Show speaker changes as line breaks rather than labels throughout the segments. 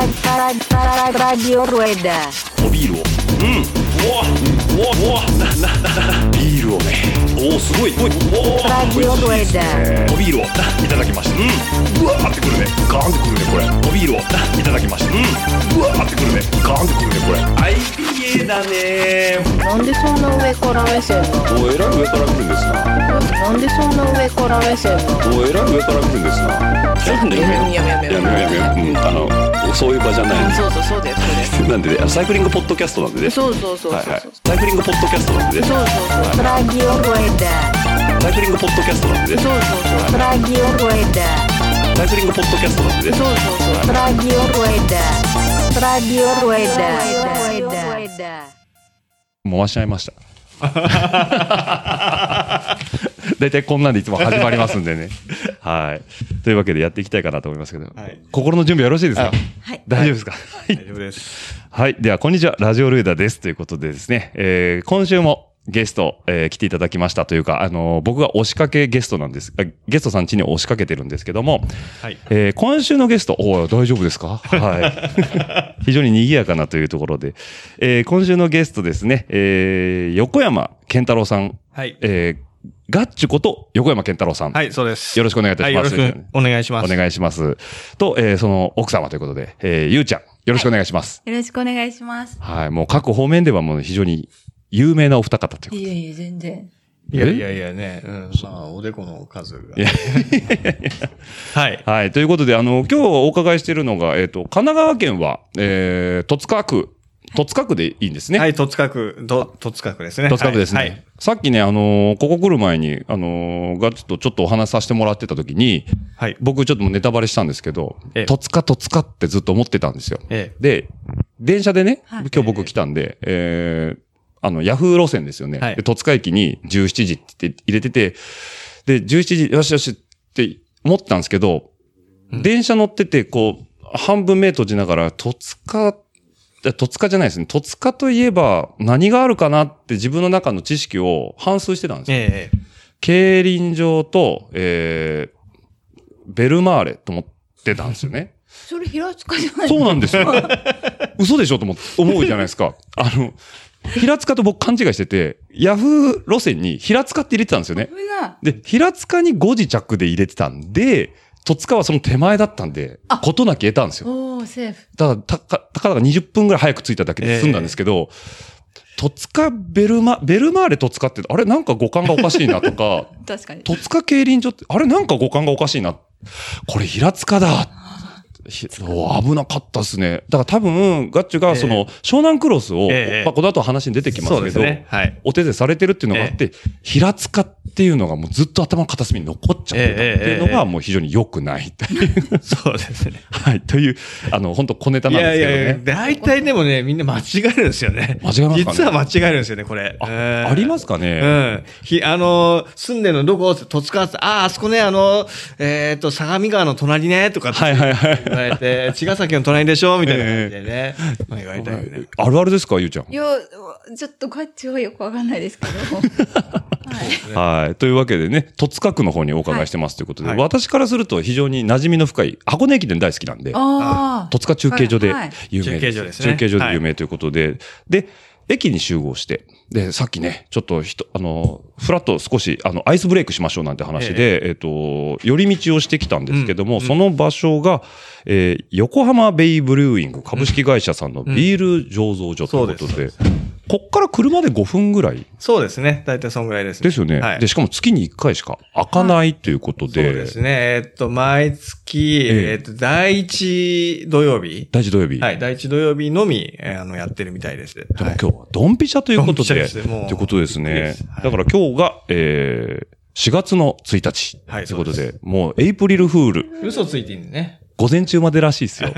ラジオルエダ
おビールを
うんうわうわうわなななな
ビールをね
おおすごいおお
ラジオルエダ
おビールをないただきましたうんうわーってくるねガーンってくるねこれおビールをないただきましたうんうわーってくるねガーンってくるねこれ
IPA だね
なんでそんな上から目線なの
おえらい上から来るんですな
なんでそんな上から目線なの
おえらい上から来るんですなちょっとねやめ
や
や
めや
めやめやめうんあのそういう場じゃない
そうそうそうだよそうだよ
なんでねサイクリングポッドキャストなんでね
そうそうそうそう
はいはい
そう
サイクリングポッドキャストなんでね
そうそうそう
ラジオルエ
サイクリングポッドキャストなんでね
そうそうそう
ダラジオルエダ
サイクリングポッドキャストなんでね
そうそうそう
ラジオルエダラジオルエダ
回しちゃいました。 大体こんなんでいつも始まりますんでね。はい。というわけでやっていきたいかなと思いますけど、
はい
心の準備よろしいですか
はい
大丈夫ですかはい
大丈夫です。
はい。では、こんにちは。ラジオルエダです。ということでですね、えー今週もゲスト、えー来ていただきましたというか、あのー僕が押しかけゲストなんです。あゲストさん家に押しかけてるんですけども、
はい
えー今週のゲスト、おー大丈夫ですかはい。非常に賑やかなというところで、えー今週のゲストですね、えー横山健太郎さん、
はい。
えーガッチュこと横山健太郎さん。
はい、そうです。
よろしくお願いいたします。
はい、よろしくお願いします。
お願いします。と、えーその奥様ということで、えーゆうちゃん、よろしくお願いします。
よろしくお願いします。
はい。もう各方面ではもう非常に有名なお二方ということ
いえいえ、全然。
いやいやいやね、うん、まあ、おでこの数が。
いや
はい。
はい。ということで、あの、今日お伺いしているのが、えっ、と、神奈川県は、えー、戸塚区、戸塚区でいいんですね。
はい、戸塚区、ど戸塚区ですね。
戸塚区ですね。
はいはい。
さっきね、あのーここ来る前に、あのーがちょっと、ちょっとお話しさせてもらってた時に、
はい。
僕ちょっともうネタバレしたんですけど
ええ、
戸塚戸塚ってずっと思ってたんですよ。
え
で、電車でね、
はい
今日僕来たんで、えーあの、ヤフー路線ですよね。
はい
で、戸塚駅に17時って入れてて、で、17時、よしよしって思ったんですけど、電車乗ってて、こう、半分目閉じながら、戸塚、え戸塚じゃないですね。戸塚といえば何があるかなって自分の中の知識を反数してたんです
え
よ。
ええ
競輪場と、えーベルマーレと思ってたんですよね。
それ平塚じゃな い
そうなんですよ。嘘でしょと思思うじゃないですか。あの、平塚と僕勘違いしてて、ヤフー路線に平塚って入れてたんですよね。
危ない。
で、平塚に5時着で入れてたんで、戸塚はその手前だったんで、ことなき得たんですよ。
おー、セーフ。
ただ、たか、たかだか20分ぐらい早く着いただけで済んだんですけど、戸塚ベルマ、ベルマーレ戸塚って、あれなんか五感がおかしいなとか、
確かに。
戸塚競輪場って、あれなんか五感がおかしいな。これ平塚だ。ひお危なかったですね。だから多分、ガッチュがその、湘南クロスを、
ええ
まあ、この後話に出てきます
そう
け
です
ど、
ね。はい。
お手でされてるっていうのがあって、平塚っていうのがもうずっと頭の片隅に残っちゃってたっていうの
ええええ
がもう非常に良くないっていう、
そうですね。
はい、という、あの、本当小ネタ
い
なんで
や
す
い
けどね。
やいや、大体でもね、みんな間違えるんですよね。
間違えますかね
実は間違えるんですよね、これ。
あありますすか
う
ね、
ん。ひ、あのー、住んでるのどこって、戸塚って、ああ、あそこね、あのー、えっ、と、相模川の隣ね、とかって
はいはいはい。
言わ れて、茅ヶ崎の隣でしょみたいな感じでね。まあ言われたよね。
あるあるですか、ゆうちゃん。
いや、ちょっとガッチはよくわかんないですけど。はい。
はい。というわけでね、戸塚区の方にお伺いしてますということで、
はい
私からすると非常に馴染みの深い、箱根駅伝大好きなんで、
あ
戸塚中継所で
はいはい
有名
中継所ですね
中継所で有名ということで、で、駅に集合して、で、さっきね、ちょっと人、あの、フラッと少し、あの、アイスブレイクしましょうなんて話で、えっ、と、寄り道をしてきたんですけども、その場所が、えー横浜ベイブルーイング株式会社さんのビール醸造所ということで、こっから車で5分ぐらい
そうですね。大体そんぐらいですね。
ですよね。
はい。
で、しかも月に1回しか開かないということ
そう
で、
ですね。えっと、毎月、
ええ
えっと、第一土曜日。
第一土曜日。
はい。第一土曜日のみ、えーあの、やってるみたいです。
でも
はい
今日はドンピシャということ
ドン
で、
ピシャですもう
ということです
びっくりで
ね
す。はい
だから今日が、えー、4月の1日。
はい
ということ
そ
で、もうエイプリルフール、
嘘ついていいんでね。
午前中までらしいですよ。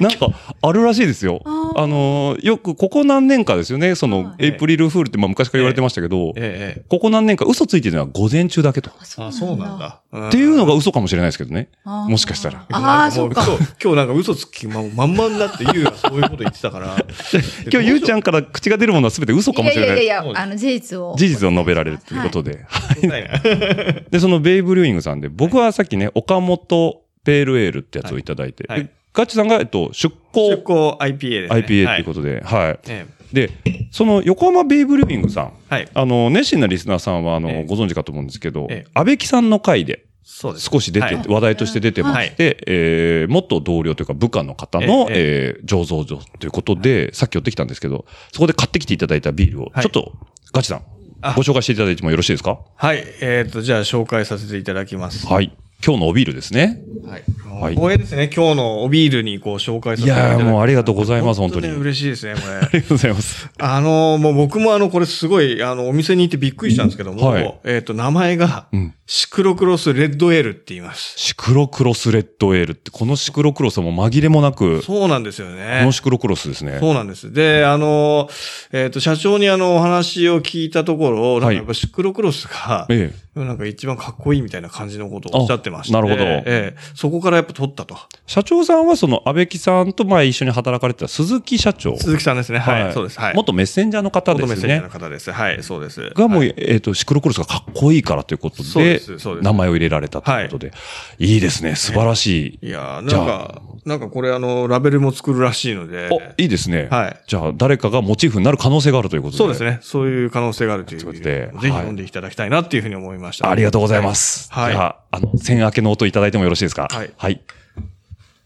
なんか、あるらしいですよ。
あー
あのー、よく、ここ何年かですよね、その
は、
エイプリルフールって、まあ、昔から言われてましたけど、
ええ
ここ何年か嘘ついてるのは午前中だけと。っ
あ
ええ。あ、そうなん。だ。って
いうのが嘘かもしれないですけどね。
あー
もしかしたら
ああ、そうか。
今日、今日なんか嘘つきままんまになって、ゆうがそういうこと言ってたから。
今日、ゆうち
ん。
ゃんから口が出るものは全て嘘か
い
も
や
し
い
れな
やい
い。
やいや、あの、事実を。
事実を述べられるということで。
は
で、そのベイブリューイングさんで、僕はさっきね、岡本ペールエールってやつをいただいて、
はいはい
でガッチさんが、えっと、出
い。出
向
向 IPA ですね。。
IPA っていうこととで、はい、
え
で、その横浜ベイブリューイングさん、
えはい。
あの、熱心なリスナーさんは、あの、
ええ
ご存知かと思うんですけど
ええ、
安倍木さんの回で、
そうです。
少し出て、
はい
話題として出てまして、えー、元同僚というか部下の方の、
え
えー
え
醸造所ということで、さっき寄ってきたんですけど、そこで買ってきていただいたビールを、
はい
ちょっと、ガチさん
あ、
ご紹介していただいてもよろしいですか
はい。えっと、じゃあ紹介させていただきます。
はい。今日のおビールですね。
はい。
はい
光栄ですね。今日のおビールにこう紹介させて
い
いただ
や
い
ー
て。
もうあ
り
りがとうございます、本当に。あ
嬉しいですね、こ
り
れ。
がとうございます。
あのーもう僕もあの、これすごい、あの、お店に行ってびっくりしたんですけども、
はい
えっ、と、名前が、
うん
シクロクロスレッドエールって言います。
シクロクロスレッドエールって、このシクロクロスはもう紛れもなく、こ
そうなんですよね
の。シクロクロスですね。
そうなんです。で、あのー、えっ、と、社長にあの、お話を聞いたところ、なんかやっぱシクロクロスが、
ええ。
なんか一番かっこいいみたいな感じのことをおっしゃってました。
あなるほど
ええそこからやっぱ取ったと。
社長さんはその安倍木さんと前一緒に働かれてた鈴木社長。
鈴木さんですね。はい。そうです。はい。
元メッセンジャーの方で
元メッ
す
センジャー
ね
の。方です。はい。そうです。
がもう、
はい
えっ、と、シクロクロスがかっこいいからということ
そうで
で、
すそうです
名前を入れられたということで、い、いですね。素晴らしい。
いやー
じ
な
ゃ
んか、なんかこれあの、ラベルも作るらしいので。
お、いいですね。
はい
じゃあ、誰かがモチーフになる可能性があるということで。
そうですね。そういう可能性があるという
ということで
ぜひ
はい
飲んでいただきたいなっていうふうに思いました。
ありがとうございます。
はい
じゃあ、あの、線明けの音いただいてもよろしいですか
はい
はい。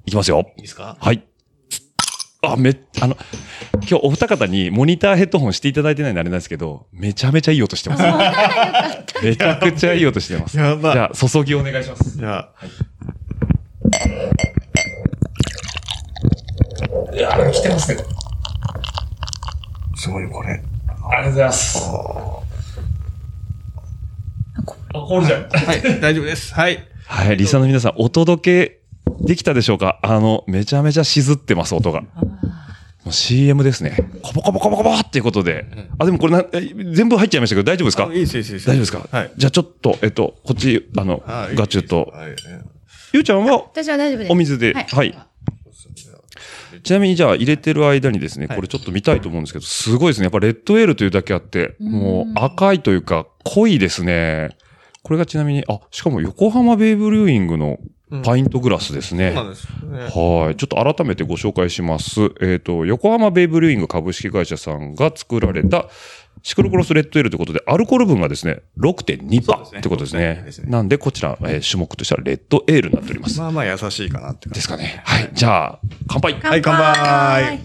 いきますよ。
いいですか
はい。あ、めっ、あの、今日お二方にモニターヘッドホンしていただいてないのあれなんですけど、めちゃめちゃいい音してます。めちゃくちゃいい音してます。じ
やばい
ゃあ、注ぎお願いします。
じゃあ、
来てますね。
すごいこれ。
ありがとうございます。あ、これじゃん。
はい、大丈夫です。はい。
はい、リサの皆さん、お届けできたでしょうかあの、めちゃめちゃしずってます、音が。もう CM ですね。コボコボコボコボっていうことで。あ、でもこれな、え全部入っちゃいましたけど、大丈夫ですか
あいいです、いいです。
大丈夫ですか
はい。
じゃあちょっと、えっと、こっち、あの、
はい
ガチュッと。
はい
ゆうちゃんは、
私は大丈夫です。
お水で、はい。ちなみにじゃあ入れてる間にですね、
はい
これちょっと見たいと思うんですけど、すごいですね。やっぱレッドエールというだけあって、もう赤いというか濃いですね。これがちなみに、あ、しかも横浜ベイブリューイングのパイントグラスですね。
そうなんですね。
はい。ちょっと改めてご紹介します。えっ、と、横浜ベイブリューイング株式会社さんが作られたシクロクロスレッドエールということで、アルコール分がですね、
そうです
6.2%
ね
ってことです
6.2
ね。
ですね
なんで、こちら、えー種目としてはレッドエールになっております。
まあまあ優しいかなって感
で
じ。
すかね。はい。じゃあ、乾杯
はい、乾杯。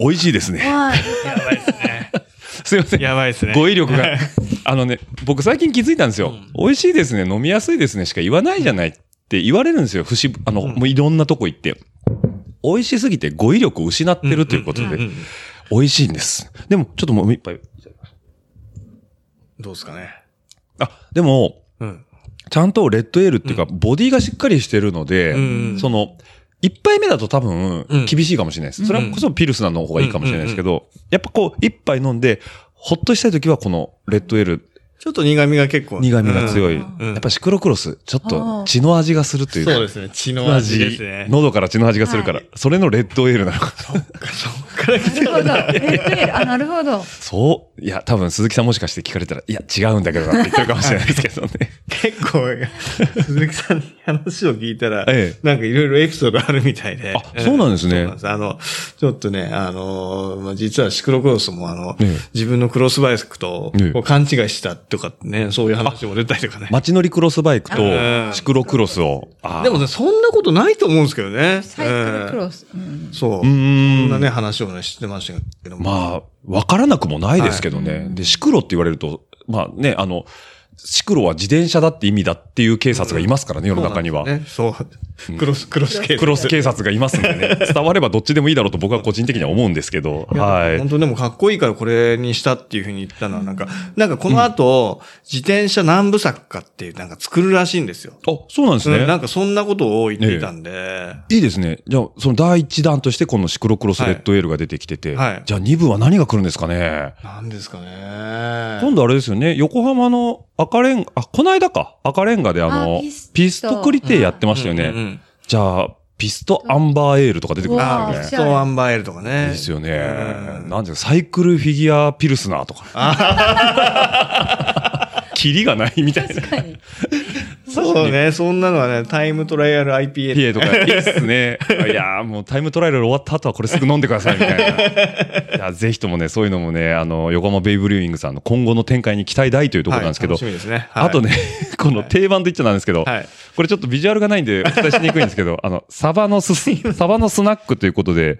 美味しいですね。
はい。
すいません。
やばいですね。
語彙力が。 あのね、僕最近気づいたんですよ。美味しいですね、飲みやすいですねしか言わないじゃないって言われるんですよ。不思議あの、もういろんなとこ行って。美味しすぎて語彙力を失ってるということで、美味しいんです。でも、ちょっともう一杯。
どうですかね。
あ、でも、
うん。
ちゃんとレッドエールっていうか、ボディがしっかりしてるので、
うん
その、一杯目だと多分
うん、
厳しいかもしれないです。それはこそピルスナーの方がいいかもしれないですけど、やっぱこう、一杯飲んで、ほっとしたい時はこのレッドエール、
ちょっと苦味が結構。
苦味が強
い。
い。
ん
やっぱシクロクロス、ちょっと血の味がするというか。
そうですね。血の味ですね。
喉から血の味がするから、それのレッドエールなのか。
なるほど。レッドエール。あ、なるほど。
そう。いや、多分鈴木さんもしかして聞かれたら、いや、違うんだけどなって言ってるかもしれないですけ どね。
結構、鈴木さんに話を聞いたら、
ええ
なんかいろいろエピソードあるみたいで。
あそうなんですね
そうなんあの、ちょっとね、あのー、まあ実はシクロクロスもあの、
ええ
自分のクロスバイクと
ええ
こう勘違いしたとかってね、そういう話も出たりとかね。
街乗りクロスバイク
う
と
ん
シクロクロスを。あー
でもね、そんなことないと思うんですけどね。
サイクルクロス。うん
ええそう。そ
ん
んなね、話をね、知ってましたけども。
まあ、わからなくもないですけどね。で、シクロって言われると、まあね、あの、シクロは自転車だって意味だっていう警察がいますからね、世の中には。
そうなんですね。そう。クロス、クロス系。
クロス警察がいますんで ね。伝わればどっちでもいいだろうと僕は個人的には思うんですけど。
いや
はい
本。当でもかっこいいからこれにしたっていうふうに言ったのは、なんか、なんかこの後、自転車何部作かっていう、なんか作るらしいんですよ。
あ、そうなんです
うんな
ね
ん。かそんなことを言っていたんで、
いいですね。じゃあ、その第一弾としてこのシクロクロスレッドエールが出てきてて。
はいはい
じゃあ2部は何が来るんですかね。
なんですかね。
今度あれですよね、横浜の赤レンガ、あ、この間か。赤レンガであの、
あ
ピ
ピ
ス
スト
トクリテやってましたよ
うんうんう
ね。
ん
じゃあ、ピストアンバーエールとか出てくるんですよ
あ
ね
わ
あ、
ー
ストーンアンバーエールとかね。
いいですよね。
うん
なんていうか、サイクルフィギュアピルスナーとか。 キリがないみたいな。
確かに。
そうね、そんなのはね、タイムトライアル IPA
ピエとか、いいっす ね。いやーもうタイムトライアル終わった後はこれすぐ飲んでくださいみたいな。いや、ぜひともね、そういうのもね、あの、横浜ベイブリューイングさんの今後の展開に期待大というところなんですけど、
はい楽しみですねはい
あとね、この定番と言っちゃなんですけど、
はい
これちょっとビジュアルがないんでお伝えしにくいんですけ ど、あの、サバのすす、サバのスナックということで、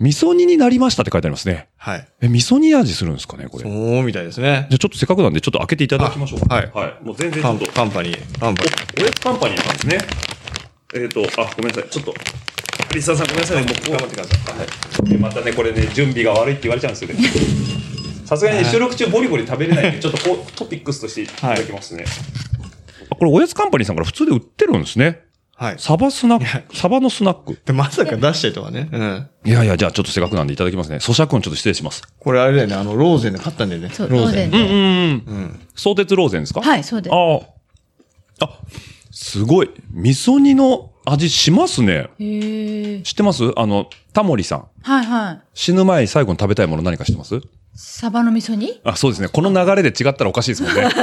味噌煮になりましたって書いてありますね。
はい。
え、味噌煮味するんですかね、これ。
そうみたいですね。
じゃあちょっとせっかくなんで、ちょっと開けていただきましょうか。
はい
はい。もう全然ち
カ
ょっ
ン
と、
カンパニー。カンパニー。
おやつカンパニーなんですね。えっ、と、あ、ごめんなさい。ちょっと、リスナーさんごめんなさいね。もう頑張ってください。はいで。またね、これね、準備が悪いって言われちゃうんですよね。さすがにね収録中ボリボリ食べれ ないんで、ちょっとこうトピックスとしていただきますね。あこれ、おやつカンパニーさんから普通で売ってるんですね。
はい。
サバスナック、サバのスナック。
で、まさか出してとはね。うん。
いやいや、じゃあちょっとせっかくなんでいただきますね。咀嚼音ちょっと失礼します。
これあれだよね、あの、ローゼンで買ったんだよね。
そう、当然
うんう
で。
んうん。相鉄ローゼンですか
はい、そうです。
ああ。あ、すごい。味噌煮の味しますね。
へえ。
知ってますあの、タモリさん。
はいはい。
死ぬ前に最後に食べたいもの何か知ってます
サバの味噌煮
あ、そうですね。この流れで違ったらおかしいですもんね。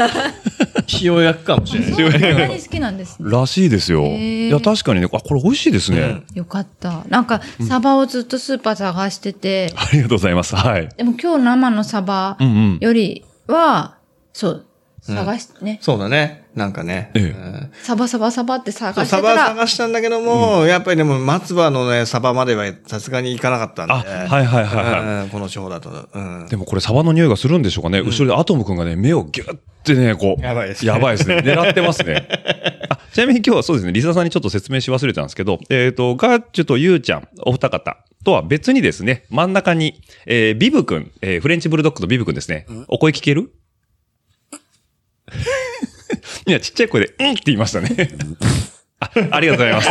塩焼くかもしれない。
そんなに好きなんですね。
らしいですよ。
へー
いや、確かにね、あ、これ美味しいですね。
よかった。なんか、サバをずっとスーパー探してて、
ありがとうございます。はい。
でも今日生のサバ
うんうん
よりは、そう、探し、ね、
そうだね。なんかね。
ええ
うん
サバサバサバって探
そう
して
サ
た
バ
ら、
探したんだけども、やっぱりでも松葉のね、サバまではさすがに行かなかったんで。
あ、はいはいはいは
うんこの地方だと。うん
い。。でもこれサバの匂いがするんでしょうかね。後ろでアトムくんがね、目をギュッてね、こう。
やばいですね
やばい ですね。狙ってますね。あ、ちなみに今日はそうですね、リサさんにちょっと説明し忘れたんですけど、えっ、と、ガッチュとユウちゃん、お二方とは別にですね、真ん中に、えービブ君、えーフレンチブルドッグとビブ君ですね。お声聞けるいや、ちっちゃい声で、うんって言いましたね。 あありがとうございます。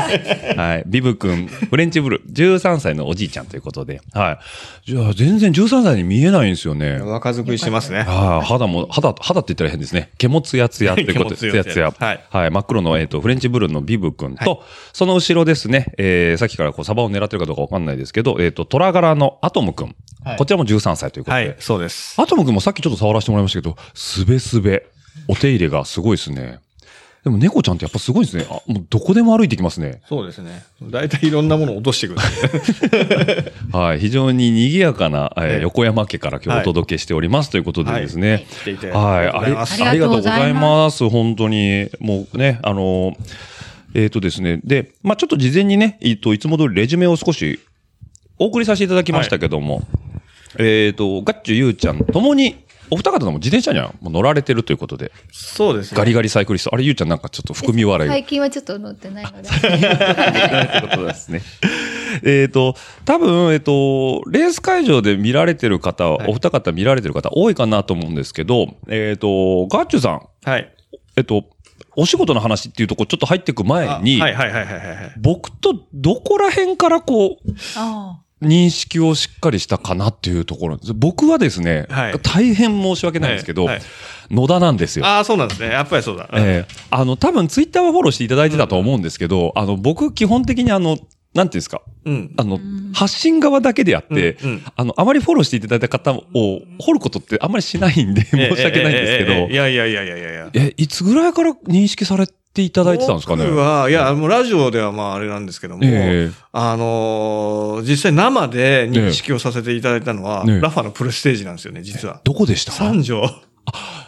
はい。ビブ君、フレンチブル、13歳のおじいちゃんということで。はい。じゃあ、全然13歳に見えないんですよね。
若作りしてますね。
はい、肌も、肌、肌って言ったら変ですね。毛もツヤツヤっていう ことで
毛も
ツ
ツ
ヤ
ヤ
ツ
ツ
ヤ。
ヤ
はい。真っ黒の、えっ、と、フレンチブルーのビブ君と、その後ろですね、えー、さっきからこう、サバを狙ってるかどうかわかんないですけど、えっ、と、虎柄のアトム君。
はい
こちらも13歳ということ
は
で。
い、そうです。
アトム君もさっきちょっと触らせてもらいましたけど、すべすべ。お手入れがすごいですね。でも猫ちゃんってやっぱすごいですね。あ、もうどこでも歩いてきますね。
そうですね。大体いろんなものを落とし てくる。
はい。非常に賑やかな、えー
ええ
横山家から今日お届けしておりますということでですね。
はい
来ていただいて
はい、
あ
あ
り
り
がとうございます
ありがとうございます。本当に。もうね、あの、えっ、とですね。で、まあちょっと事前にね、えっ、と、いつも通りレジュメを少しお送りさせていただきましたけども、えっ、と、ガッチュ、ゆうちゃん、ともに、お二方とも自転車にはもう乗られてるということで、
そうですね。
ガリガリサイクリスト。あれ、ゆうちゃんなんかちょっと含み笑いが
最近はちょっと乗ってないの
っ
で。
てことですね。えっと、多分、えっ、と、レース会場で見られてる方、お二方見られてる方多いかなと思うんですけど、えっ、と、ガッチュさん、
はい。
えっと、お仕事の話っていうとこちょっと入っていく
あ
前に、
はいはいはいはいはい。
僕とどこら辺からこう、
あ
認識をしっかりしたかなっていうところです。僕はですね、
はい
大変申し訳ないんですけど、
はいはい
野田なんですよ。
ああ、そうなんですね。やっぱりそうだ。
ええあの、多分ツイッターはフォローしていただいてたと思うんですけど、あの、僕基本的にあの、なんていうんですか、
うん。
あの、発信側だけであって、
うんうん
あの、あまりフォローしていただいた方を掘ることってあんまりしないんで、
ええ
申し訳ないんですけど、
ええええいやいやいやいやいやいや。
え、いつぐらいから認識されていただいてたんですかね
僕は、いや、もうラジオではまああれなんですけども、
ええ
あのー実際生で認識をさせていただいたのは、
ねえ
ラファのプルステージなんですよね、実は。
どこでした
三条。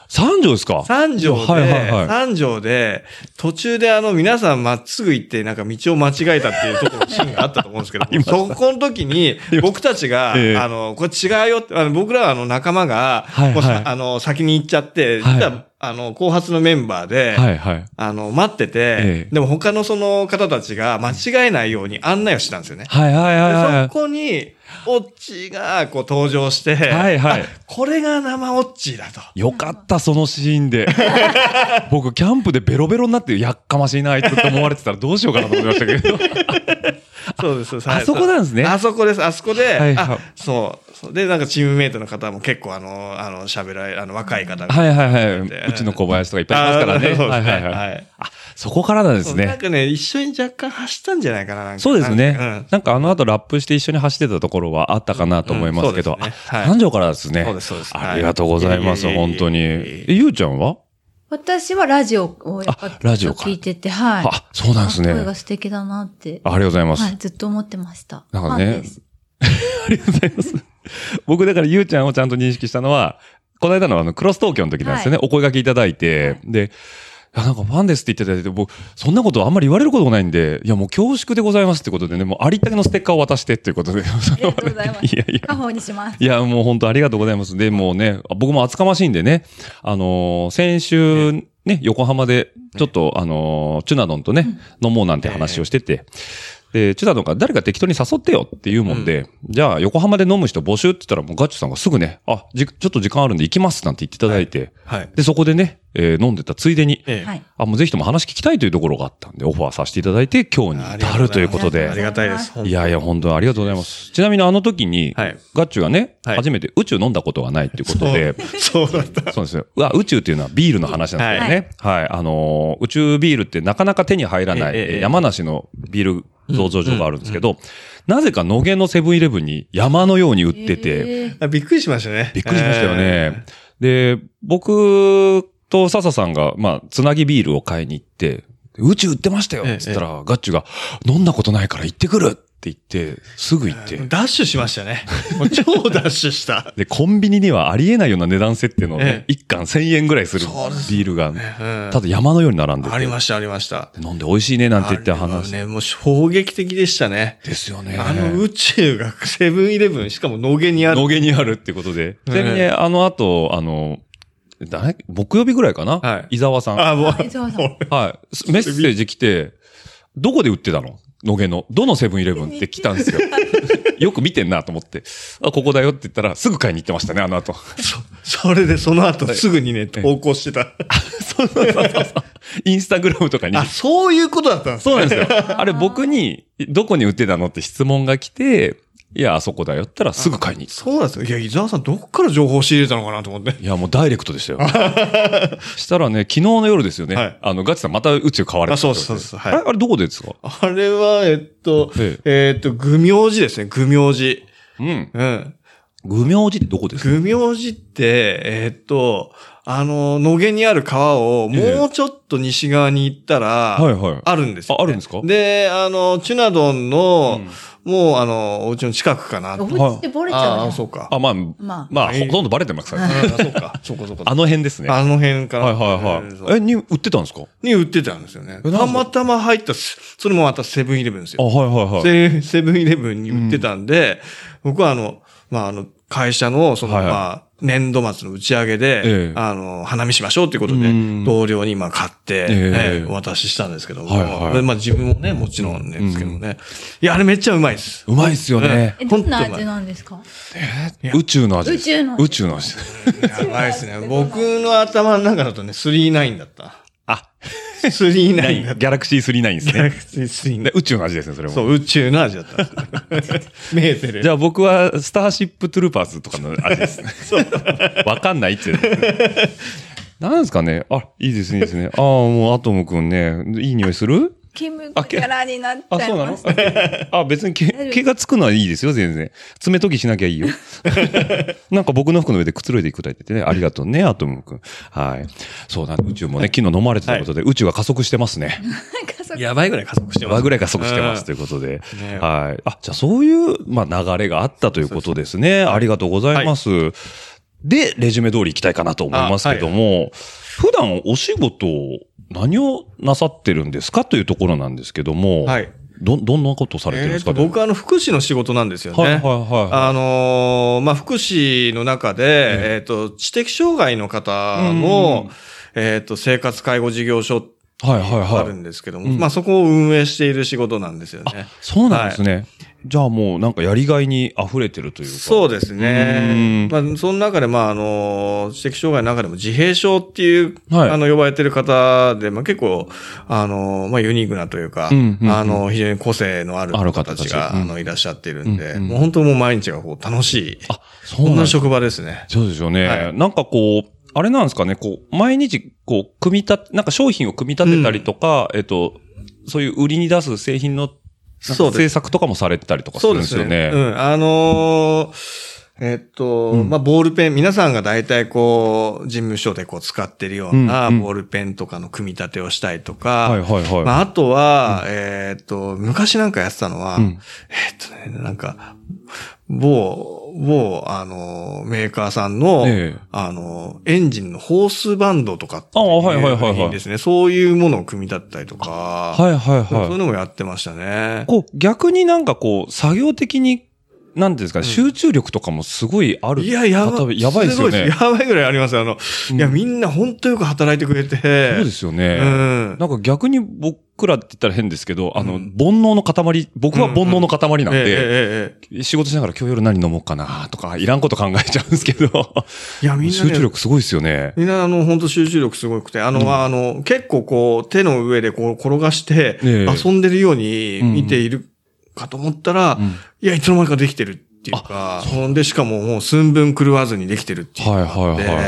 三条ですか
三条で、
はいはいはい。
三条で、途中であの皆さんまっすぐ行ってなんか道を間違えたっていうところのシーンがあったと思うんです けど、そこの時に僕たちが、
ええ
あの、これ違うよって、あの僕らはあの仲間が、
はいはい
もうさあの、先に行っちゃって、
はい
実はあの、後発のメンバーで、
はいはい。
あの、待ってて、
ええ
でも他のその方たちが間違えないように案内をしたんですよね。
はいはいはい
で
は
そこに、オッチーがこう登場して、
い。はいはい。
これが生オッチーだと。
よかった、そのシーン で。僕、キャンプでベロベロになって、やっかましいな、あいつって思われてたらどうしようかなと思いましたけ ど。
そうです。
あ
はい
そこなんですね
あそこです。あそこで、
はいはい
あそうそう。で、なんかチームメイトの方も結構あの、あの、喋られ、あの、若い方が。
はいはいはい。
で
うちの小林とかいっぱいいますからね。
あーそう
は
で
い
すね
はいは。
はいい
あ、そこからなんです
そうなん
ね。
かね、一緒に若干走ったんじゃないかな、なんか
そうです
なん
ね
か。
なんかあの後ラップして一緒に走ってたところはあったかなと思いますけど
うんうんそうで、すね
あ
はい
三条からですね。
そうですそうですはい
ありがとうございます、
いえいえいえいえ
本当に。
いえ
えゆうちゃんは
私はラジオをやっ
あ
ぱ
ラジオか
聞いてて、はい。
あ、そうなんですね。あ
声が素敵だなって。
ありがとうございま
は
す
い、。ずっと思ってました。
なんか
ファ
ね
ンです
ありがとうございます。僕、だから、ゆうちゃんをちゃんと認識したのは、この間のあの、クロス東京の時なんですよね。お声掛けいただいて、で、いや、なんかファンですって言っていただいて、僕、そんなことあんまり言われることがないんで、いや、もう恐縮でございますってことでね、もうありったけのステッカーを渡してっていうことで。あ
りがとうございま す
いやいや
家。宝にし ます。
いや、もう本当ありがとうございます。で、もうね、あ僕も厚かましいんでね、あのー先週、ね、横浜で、ちょっと、あのーチュナドンとね、飲もうなんて話をしてて、で、チュナドンが誰か適当に誘ってよって言うもんで、じゃあ、横浜で飲む人募集って言ったら、もうガッチュさんがすぐね、あ、じちょっと時間あるんで行きますなんて言っていただいて、
はい。
で、そこでね、えー飲んでたついでに、
ええ
はい。
あ、もうぜひとも話聞きたいというところがあったんで、オファーさせていただいて、今日に至るということで
あ。りがたいです。
いやいや、本当にありがとうございます。ちなみにあの時に、
はい
ガッチュがね、
はい
初めて宇宙飲んだことがないっていうことで、
そうだった。
そうですよ。うわ、宇宙っていうのはビールの話なんですよね。はい、あのー宇宙ビールってなかなか手に入らない、
ええええ
えー山梨のビール醸造所があるんですけど、なぜか野毛のセブンイレブンに山のように売ってて、
えー
あびっくりしましたね。
びっくりしましたよね
え。
で、僕と笹さんが、まあ、つなぎビールを買いに行って、宇宙売ってましたよっ
ええ
つったら、ガッチュが、飲んだことないから行ってくるって言って、すぐ行って
え。ダッシュしまし たね。もう超ダッシュした。
で、コンビニにはありえないような値段設定のね、
え
一缶1000円ぐらいする
そうです
ビールが、
うん
ただ山のように並んでて
ありました、ありました。
飲んで美味しいねなんて言って
あ
話。
れはね、もう衝撃的でしたね。
ですよね。
あの宇宙がセブンイレブン、しかも農芸にある。
野毛にあるってことで。
え
ちなみに、あの後、あの、誰木曜日ぐらいかな、
はい
伊沢さん。
あ、もう、
えそうそう
はい。すメッセージ来て、どこで売ってたの野毛の。どのセブンイレブンって来たんですよ。 よく見てんなと思って。あ、ここだよって言ったら、すぐ買いに行ってましたね、あの後。
そ、それでその後すぐにね、投稿してた。
そうそうそうそう。インスタグラムとかに
あ、そういうことだったんです
そうなんですよ。あれ僕に、どこに売ってたのって質問が来て、いや、あそこだよって言ったらすぐ買いに行っ
そうなんですよ。いや、伊沢さんどっから情報を仕入れたのかなと思って。
た。いや、もうダイレクトでしたよ。したらね、昨日の夜ですよね。
はい
あの、ガチさんまた宇宙買われた
あそうですそうです
は。
はいい
あれ、あれどこでですか
あれは、えっと、
え
えっと、愚明寺ですね、愚明寺。
うん。
うん。
愚明寺ってどこですか
愚明寺って、えーっと、あの、野毛にある川を
ええ
もうちょっと西側に行ったら、
はいはい。
あるんですよ、
ああるんですか
で、あの、チュナドンの、もう、あの、お家の近くかな。
お家ってボレちゃう
あ
よ
あ、そうか。
あ、まあ、
まあ
まあ、ほとんどバレてますからね。
あそう か、そうか、そうか。
あの辺ですね。はい
あの辺から。
はいはい。え、
え
に売ってたんですか
に売ってたんですよね。
えなんか
たまたま入ったす、それもまたセブンイレブンです
あ、
よ。
はいはいはい。
セセブンイレブンに売ってたんで、僕はあの、まあ、あの、会社の、その、
はいはい
まあ、年度末の打ち上げで、
ええ
あの、花見しましょうっていうことで
うん、
同僚にまあ買って、
ええ
ねお渡ししたんですけども、
はいはい
でまあ自分もね、もちろんね、ですけどね。いや、あれめっちゃうまいです。
うまいっすよね。
え、どんな
本当
味
に
なんですか
宇宙の味です。
宇宙の味
宇宙の味です。
やばいですね。僕の頭の中だとね、39だった。
あ、ギ
39だった。
ャラクシー39です
ギャラ
ね。
クシー
で
39。
宇宙の味ですね、それも。
そう、宇宙の味だったん ですね。メーテル。
じゃあ僕はスターシップトゥルーパーズとかの味 ですね。わかんない って。なんですかねあ、いいですね、いいですね。ああ、もうアトムくんね、いい匂いする
キムキャラになっち
あ、
ゃ
そ
いう
な
ま
の
した。
あ、別に毛毛がつくのはいいですよ、全然。爪研ぎしなきゃいい よ。なんか僕の服の上でくつろいでいくだいててね、ありがとうね、アトムくん。はい。そうなん宇宙もね、昨日飲まれてたことで、宇宙が加速してます ね。
やばいぐらい加速してます。
和ぐらい加速してます
うん
ということで。
ね
はい。あ、じゃあそういう、まあ、流れがあったということですね。ありがとうございます。で、レジュメ通り行きたいかなと思いますけども、普段お仕事を何をなさってるんですかというところなんですけども、
はい。
ど、どんなことされてるん
え
で
ー
す
っ
か、
と僕はあの福祉の仕事なんですよね。
はいはいはいはい
あのーまあ、福祉の中で、えーっと、知的障害の方
うん
の、えっ、と、生活介護事業所
はいはい
あ
は
る
い。
んですけども、
うん
まあそこを運営している仕事なんですよね。
そうなんですね。じゃあもうなんかやりがいに溢れてるというか。
そうですね。まあ、その中で、まあ、あの、知的障害の中でも自閉症っていう、
はい
あの、呼ばれてる方で、まあ、結構、あの、まあ、ユニークなというか、
うんうんうん
あの、非常に個性のある
ある
方
方
た
たち
ちが、あ
うん
の、いらっしゃっているんで、
うんうん
もう本当もう毎日がこう、楽しい。
あ、そう
こ
なん
ん
で
な
すね
職場ですね。
そうですよね。
はい
なんかこう、あれなんですかね、こう、毎日、こう、組み立て、なんか商品を組み立てたりとか、えっと、そういう売りに出す製品の、なん
そう
か
で
制
す
作とかもされてたりとかする
そうんで
です
す
よ
よね。
ね。
うん。あのーえっと、
うん
まあ、ボールペン、皆さんが大体こう、事務所でこう使ってるような、
うんうん
ボールペンとかの組み立てをしたりとか、
はいはいはい。
まあ、あとは、えーっと、昔なんかやってたのは、
うん
えーっとね、なんか、某、某、あの、メーカーさんの、
ええ
あの、エンジンのホースバンドとかって
あはいはいはいはい
部品ですね。そういうものを組み立てたりとか、
はいはい
そういう
は
のもやってましたね
い。。こう、逆になんかこう、作業的に、なんていうんですかね、集中力とかもすごいある。
いや、や
方
ば
々やばいですよ
ご
ね。
やばいぐらいありますよあの、
うん
いや、みんな本当よく働いてくれて。
そうですよね。
うん
なんか逆に僕らって言ったら変ですけど、あの、
うん
煩悩の塊、僕は煩悩の塊なん
えええ
で、
えええ
仕事しながら今日夜何飲もうかなとか、いらんこと考えちゃうんですけど、
い や、みんな、
集
ね、
中力すごいですよね。
みんな、あの、本当集中力すごくて、あの、あの、結構こう、手の上でこう、転がして、
ええ
遊んでるように見ているかと思ったら、
うん
いや、いつの間にかできてるっていうか、ほんで、しかももう寸分狂わずにできてるっていう。
はいはいはいは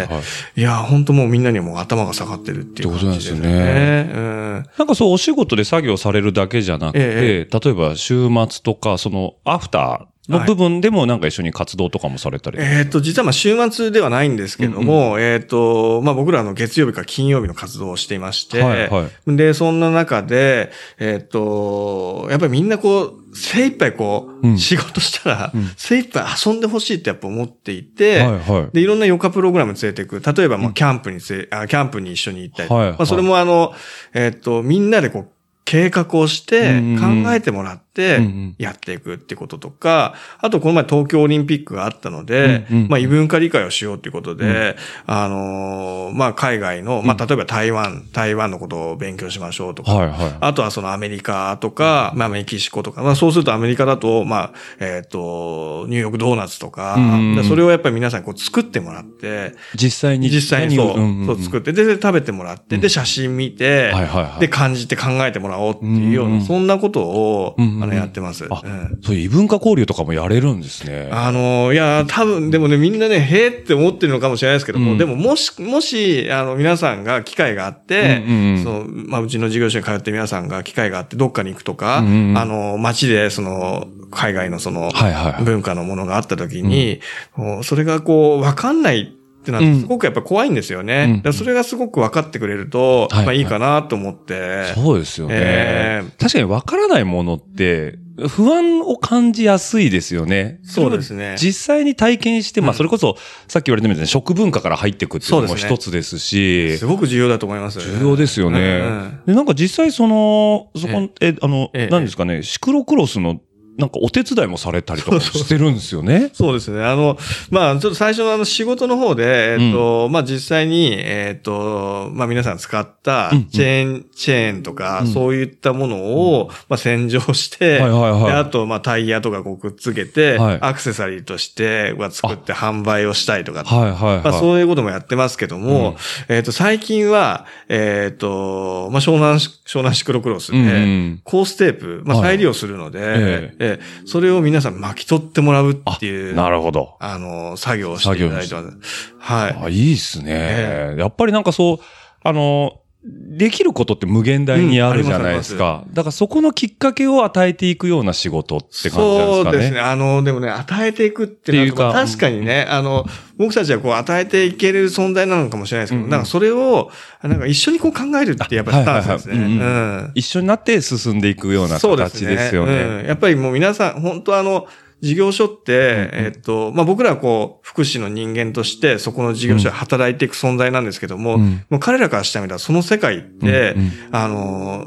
い。
い、や、本当もうみんなにはもう頭が下がってるっていう感じですよね。うん
なんかそうお仕事で作業されるだけじゃなくて、
え
例えば週末とか、そのアフターの部分でもなんか一緒に活動とかもされたり。
えっ、と、実はまあ週末ではないんですけども、えっ、と、まあ僕らあの月曜日から金曜日の活動をしていまして、
はいは
で、そんな中で、えっ、と、やっぱりみんなこう、精一杯こう、
うん
仕事したら、
うん
精一杯遊んでほしいってやっぱ思っていて、
はいはい
で、いろんな余暇プログラム連れていく。例えば、まあ、キャンプにつれ、あ、キャンプに一緒に行ったり。
はい
まあ、それもあの、えっ、と、みんなでこう、計画をして
うん、うん
考えてもらって
うんうん、
やっていくってこととか、あとこの前東京オリンピックがあったので、
うんうん
まあ異文化理解をしようっていうことで、あのーまあ海外の、まあ例えば台湾、台湾のことを勉強しましょうとか、
はいは
あとはそのアメリカとか、まあメキシコとか、まあそうするとアメリカだと、まあ、えっ、と、ニューヨークドーナツとか、
うん
でそれをやっぱり皆さんこう作ってもらって、
い。実際に。
実際にそう、そう作
っ
って、で、で食べてもらって、で、写真見て、
はいはいはい
で、感じて考えてもらおうっていうような、
うんうん
そんなことを、
うんうん
あの、やってます。
あ
うん
そういう異文化交流とかもやれるんですね。
あの、いや、多分、でもね、みんなね、へーって思ってるのかもしれないですけども、
うん
でも、もし、もし、あの、皆さんが機会があって、
うんうんうん
その、まあ、うちの事業所に通って皆さんが機会があって、どっかに行くとか、
うんうんうん
あの、街で、その、海外のその、
はいはいはい。
文化のものがあった時に、こうそれがこう、わかんないってなっ
う
て、
ん
すごくやっぱ怖いんですよね。
うん
だからそれがすごく分かってくれると、
はい
まあいいかなと思って。
そうですよね。
えー
確かにわからないものって、不安を感じやすいですよね。
そうですね
実際に体験して、まあそれこそ、さっき言われたみたいに食文化から入っていくっていうの
そ
も
うですね
一つですし、
すごく重要だと思います。
重要ですよね。
うん
で、なんか実際その、そこ、え、あの、
ええ
何ですかね、シクロクロスの、なんかお手伝いもされたりとかもしてるんですよね。
そうですね。あの、まあ、ちょっと最初のあの仕事の方で、えっ、と、まあ実際に、えっ、と、まあ皆さん使った
うんうん
チェーン、チェーンとか、
うん
そういったものを、まあ洗浄して、
はいはいはい
であと、まあタイヤとかこうくっつけて、
はい
アクセサリーとして、は作って販売をしたりとかっていう
はいはいはい。
まあ、そういうこともやってますけども、えっ、と、最近は、えっ、と、まあ、湘南し、湘南シクロクロスで、
うんうん
コーステープ、まあ、
はい
再利用するので、
え
えそれを皆さん巻き取ってもらうっていう、
な
あ
るほど。
の、作業をしていただいてます。はい。
あ、いいっすね、やっぱりなんかそう、あの、できることって無限大にあるじゃないですか。だからそこのきっかけを与えていくような仕事って感じなんです
そ
かね。
うですね。あの、でもね、与えていくってなると
っていうか
確かにね、あの、僕たちはこう、与えていける存在なのかもしれないですけど、
うんうん
なんかそれを、なんか一緒にこう考えるってやっぱスタンスですね。
はいはいはいうん
うん
一緒になって進んでいくような
そうです
形
ね
ですよね。
うん。やっぱりもう皆さん、本当あの、事業所って、えっと、まあ、僕らはこう、福祉の人間として、そこの事業所で働いていく存在なんですけども、
うん
もう彼らからしてみたら、その世界って、
うんうん
あの、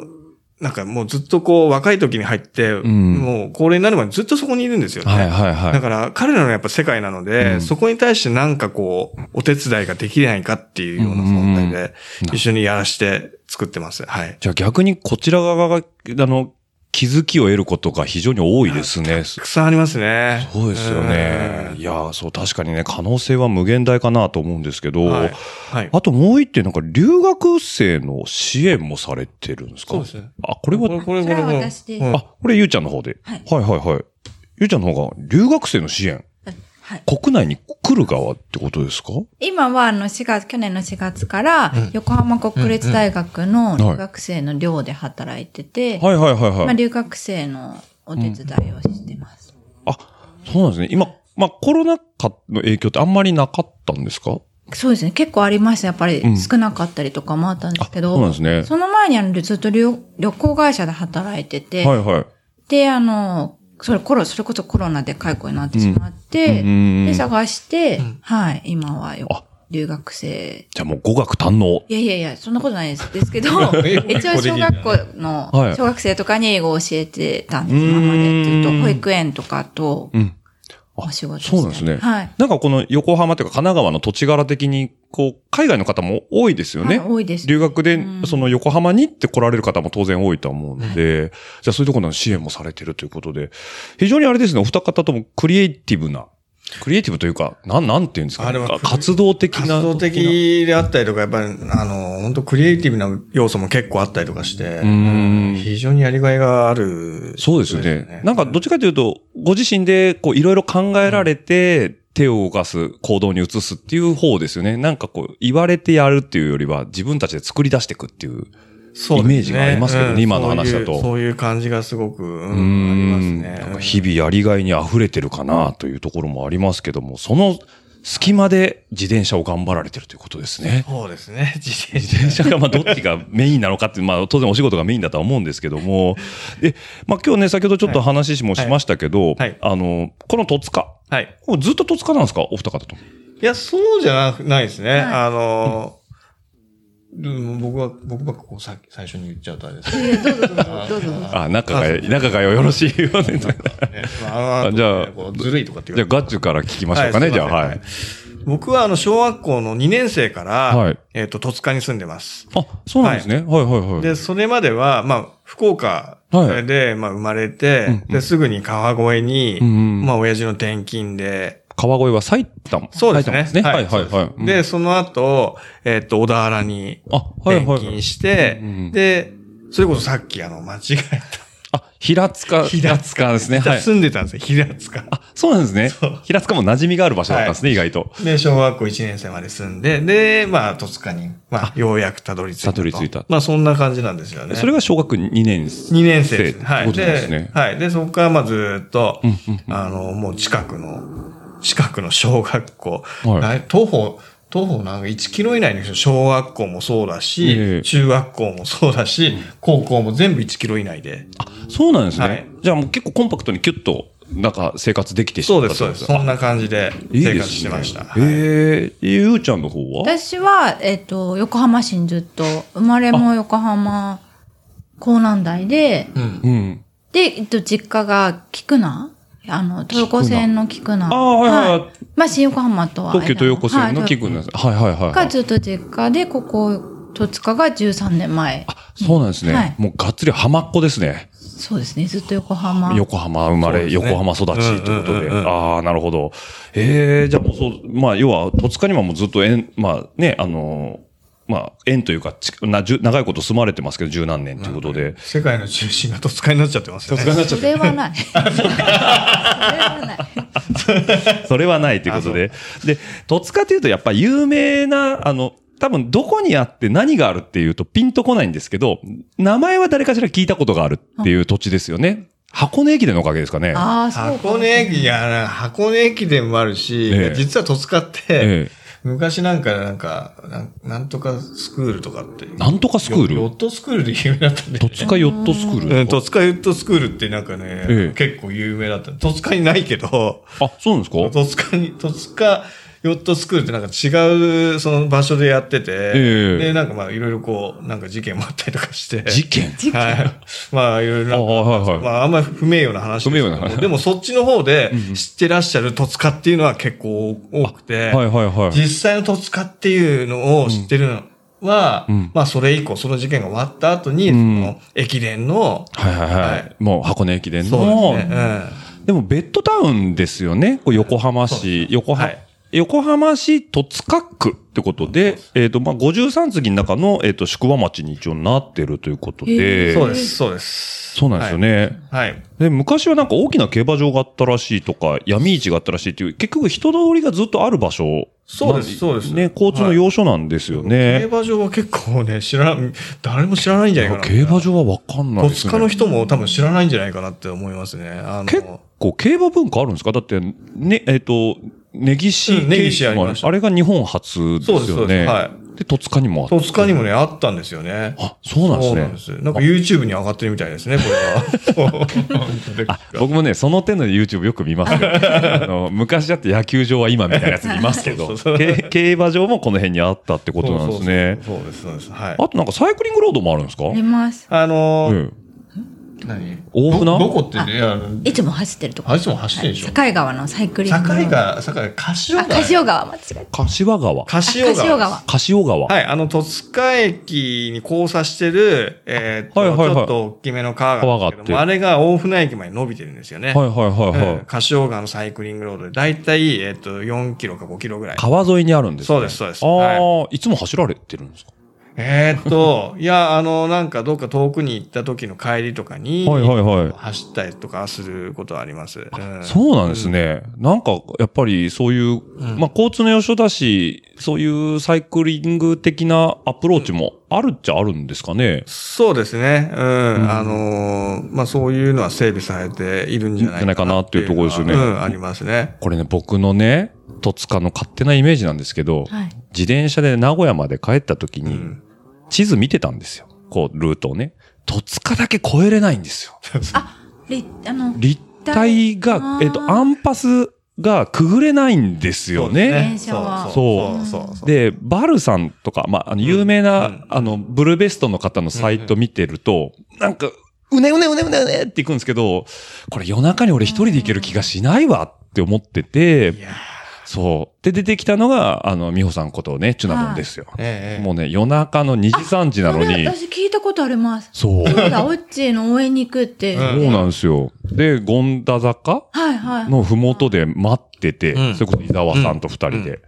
なんかもうずっとこう若い時に入って、
ん
もう高齢になるまでずっとそこにいるんですよね。
はいはいはい
だから彼らのやっぱ世界なので、
うん
そこに対してなんかこう、お手伝いができないかっていうような存在で、一緒にやらして作ってます。はい。
じゃあ逆にこちら側が、あの、気づきを得ることが非常に多いですね。
たくさんありますね。
そうですよね。
うん
いやー、そう、確かにね、可能性は無限大かなと思うんですけど、
はい。はい。
あともう一点、なんか留学生の支援もされてるんですか
そうですね。
あ、これは、
これ
それは私です
うん
あ、これゆうちゃんの方で。
はい
はいはいはいゆうちゃんの方が留学生の支援、
はい。
国内に来る側ってことですか
今はあの4月、去年の4月から横浜国立大学の留学生の寮で働いてて、
はいはいはい
ま
は
あ
い。
留学生のお手伝いをしてます。
あ、そうなんですね。今、まあコロナ禍の影響ってあんまりなかったんですか
そうですね。結構ありました。やっぱり
ん
少なかったりとかもあったんですけど、
そうなんですね。
その前にあのずっと旅旅行会社で働いてて、
はいはい。
で、あの、それコロ、それこそコロナで解雇になってしまって、
うんうん
で、探して、はい、今はよ留学生。
じゃあもう語学堪能。
いやいやいや、そんなことないですです けど、
英語
一応小学校の
はい、
小学生とかに英語を教えてたんです、
うん
今まで。ずっと保育園とかと
うん、
お仕事して
そうなんですね。
はい。
なんかこの横浜というか神奈川の土地柄的に、こう、海外の方も多いですよね。
はい多いです
留学で
う、ん
その横浜にって来られる方も当然多いと思うので、じゃあそういうところの支援もされてるということで、非常にあれですね、お二方ともクリエイティブな、クリエイティブというか、なん、なんていうんですか、
あれ
ね
は、
活動的
活
な。
動的であったりとか、やっぱり、あの、本当クリエイティブな要素も結構あったりとかして、
ん
非常にやりがいがある。
そうですよね。なんかどっちかというと、ご自身でこういろいろ考えられて、手を動かす、行動に移すっていう方ですよね。なんかこう、言われてやるっていうよりは、自分たちで作り出していくっていう。
そうですね
イメージがありますけどね
うん
今の話だと
そういうそういう感じがすごく、うん
うん
ありますね。
なんか日々やりがいに溢れてるかなというところもありますけども、その隙間で自転車を頑張られてるということですね。
そうですね。自転車。
自転車 がまあどっちがメインなのかって、まあ当然お仕事がメインだとは思うんですけども、で、まあ今日ね、先ほどちょっと話もしましたけど、
はい
あの、この戸塚、
はい。
もうずっと戸塚なんですかお二方とも。
いや、そうじゃなないですね。
い
あの、うん僕は、僕ばっかこうさ最初に言っちゃうとあれですね。
えどうぞどうぞ、どうぞどうぞ。
あ、仲が、仲がよろしいよ ね。
ねまああの
じゃあ
ねこうずるいとかって
じ
言
ゃあ
われ
ガッチュから聞きましょうかね、
は
じ
いすい
ゃあ、
ません
はい。
僕はあの、小学校の2年生から、
はい
えっ、と、戸塚に住んでます。
あ、そうなんですね。はいはいはい。
で、それまでは、まあ、福岡
はい
で、まあ、生まれて、で、すぐに川越に、
うんうん
まあ、親父の転勤で、
川越は埼玉。
そうですね。
埼玉ですね。はいはいはい。
で、その後、えっ、と、小田原に
あ、はい
転
はいはい。
勤して
うんうん、
で、それこそさっきあの、間違え
あ、平塚。
平
塚ですね。
た。
はい。
住んでたんですよ、平塚。
あ、そうなんですね。平塚も馴染みがある場所だったんですね、意外と。
で、小学校1年生まで住んで、で、まあ、戸塚に、まあ、ようやくたどり着いたと。
たどり着いた
まあ、そんな感じなんですよね。
それが小学2年生。
2年生ですね。
って
は
こ
い。
とですね
で、はい。で、そこからまあずーっと
んうん、
あの、もう近くの、近くの小学校、
はい
ない徒歩、徒歩なんか1キロ以内の小学校もそうだし、
ええ
中学校もそうだし、高校も全部1キロ以内で。
そうなんです
は
ね
い。
じゃあもう結構コンパクトにキュッと、なんか生活できてしま
そう
った
です、そうです。
ってこ
そんな感じで
とですね
生活してました。
いいですね
はい
ええ、ゆうちゃんの方は
私は、えっ、と、横浜市にずっと、生まれも横浜、港南台で、
うん。
で、えっと、実家が菊名あの、東横線の菊名。
ああはいはいはい
まあ、新横浜とは間。
東京と横線の器具なんです。はいはいはいは
が
い。
ずっと実家で、ここ、戸塚が13年前。
そうなんです
は
ね
い。
もうがっつり浜っ子ですね。
そうですね、ずっと横浜。
横浜生まれ、
そうですね
横浜育ちということで。
うんうんうんうん
ああ、なるほど。ええじゃあもうそう、まあ、要は、戸塚にはもうずっと縁、まあね、あのーまあ、縁というか、ちなじゅ長いこと住まれてますけど、十何年ということで。
世界の中心が戸塚になっちゃってますよね。戸塚
それは ない。それはない。
それはないということで。で、戸塚というとやっぱ有名な、あの、多分どこにあって何があるっていうとピンとこないんですけど、名前は誰かしら聞いたことがあるっていう土地ですよね。箱根駅伝のおかげですかね。
ああ、そうか
箱。根駅、いや、箱根駅伝もあるし、
ええ
実は戸塚って、
え
昔なんか、なんか、なんなんとかスクールとかって。
え。なんとかスクール
ヨットスクールで有名だったんで。
戸塚ヨットスクール。
うん、戸塚ヨットスクールってなんかね、
ええ
結構有名だった。戸塚にないけど、
あ、そうなんですか
戸塚に、戸塚ヨットスクールってなんか違うその場所でやってて、
え
で、なんかまあいろいろこう、なんか事件もあったりとかして。
事件
はい。まあいろいろなんか
あはいはい
まああんまり不名誉な話ですけど
不名誉な
でもそっちの方で知ってらっしゃる戸塚っていうのは結構多くて、
はいはいはい。
実際の戸塚っていうのを知ってるのは、
うん
まあそれ以降、その事件が終わった後に、
うん
その駅伝の、
はいはいは。
はい
もう箱根駅伝
そ
の
うですね。うん
でもベッドタウンですよね。こう横浜市、横浜、
はい
横浜市戸塚区ってことで、えっ、と、まあ、53次の中の、えっ、と、宿場町に一応なってるということで、
そうです、そうです。
そうなんですよ。ね。
はい。はい、
で、昔はなんか大きな競馬場があったらしいとか、闇市があったらしいっていう、結局人通りがずっとある場所。
そうです
なん
そうです
ね、交通の要所なんですよ
競
ね。
馬場は結構ね、知らな、誰も知らないんじゃないかな。
競馬場はわかんない
戸
ですね。
塚の人も多分知らないんじゃないかなって思いますね。あの
結構競馬文化あるんですかだって、ね、えっ、と、ネギシ
うん根岸ありました
あれが日本初ですよね。
そうですそうですは
で、戸塚にもあった
戸塚にもね、あったんですよね。
あ、そうなんですね。
そうなんですなんか YouTube に上がってるみたいですね、こ れは。
あ僕もね、その手の YouTube よく見 ますよあの昔だって野球場は今みたいなやつ見ますけ ど、け競馬場もこの辺にあったってことなんですね。
そうそうそうそうです、そうです。はい。
あとなんかサイクリングロードもあるんですか
あります。
あの
う
ー、
ん
何
大船
どどこってね、あの
いつも走ってるとこ。
あいつも走ってるでしょ。
境川のサイクリング。
境が、境が、
あ、
柏川。
柏川、間違え
柏川。
柏
た。
川。
川。
柏川。
はい、あの、戸塚駅に交差してる、えーっと、
はいはいはい
ちょっと大きめの川があるんですけど
川が
も
あ
あれが大船駅まで伸びてるんですよね。
はいはいはいはい
うん柏川のサイクリングロードで、だいたい、えーっと、4キロか5キロぐらい。
川沿いにあるんですね
そうですそうです
ああ、、
はい
つも走られてるんですか
えーっと、いや、あの、なんかどっか遠くに行った時の帰りとかに、
はいはいはい
走ったりとかすることはあります。うん
そうなんですね。なんか、やっぱりそういう、まあ、交通の要所だし、そういうサイクリング的なアプローチもあるっちゃあるんですかね。
そうですね。うん。あのーまあ、そういうのは整備されているんじゃないかなって
じゃないかなって
いうのは。
いうところですよね
うん、ありますね。
これね、僕のね、戸塚の勝手なイメージなんですけど、
はい。
自転車で名古屋まで帰った時に、
ん
地図見てたんですよ。こう、ルートをね。戸塚だけ越えれないんですよ。
りあの、
立体
立体
が
あ、ー
えっと、アンパスがくぐれないんですよね。
電車は
そうそうそうそう。
で、バルさんとか、まあ、あの、有名な、
うん
あの、ブルーベストの方のサイト見てると、なんか、うねうねうねうねうねって行くんですけど、これ夜中に俺一人で行ける気がしないわって思って
い
て、
や
そう。で、出てきたのが、あの、美穂さんことね、チュナモンですよ。
ーええ
もうね、夜中の2時3時なの
それ
に、
私聞いたことあ ります。
そう。そ
そうだ、オッチーの応援に行くって。
う
うなんですよ。で、権田坂
はいはい。
のふもとで待ってて、
うん
それこそ伊沢さんと二人で。
うんうん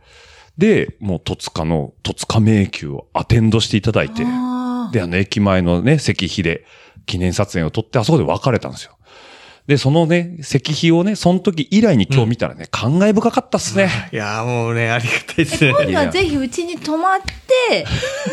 で、もう戸塚の、戸塚迷宮をアテンドしていただいて、
あー
で、あの、駅前のね、石碑で記念撮影を撮って、あそこで別れたんですよ。で、そのね、石碑をね、その時以来に今日見たらね、感慨深かったっすね。
いやーもうね、ありがたいですね。
今度はぜひうちに泊まって、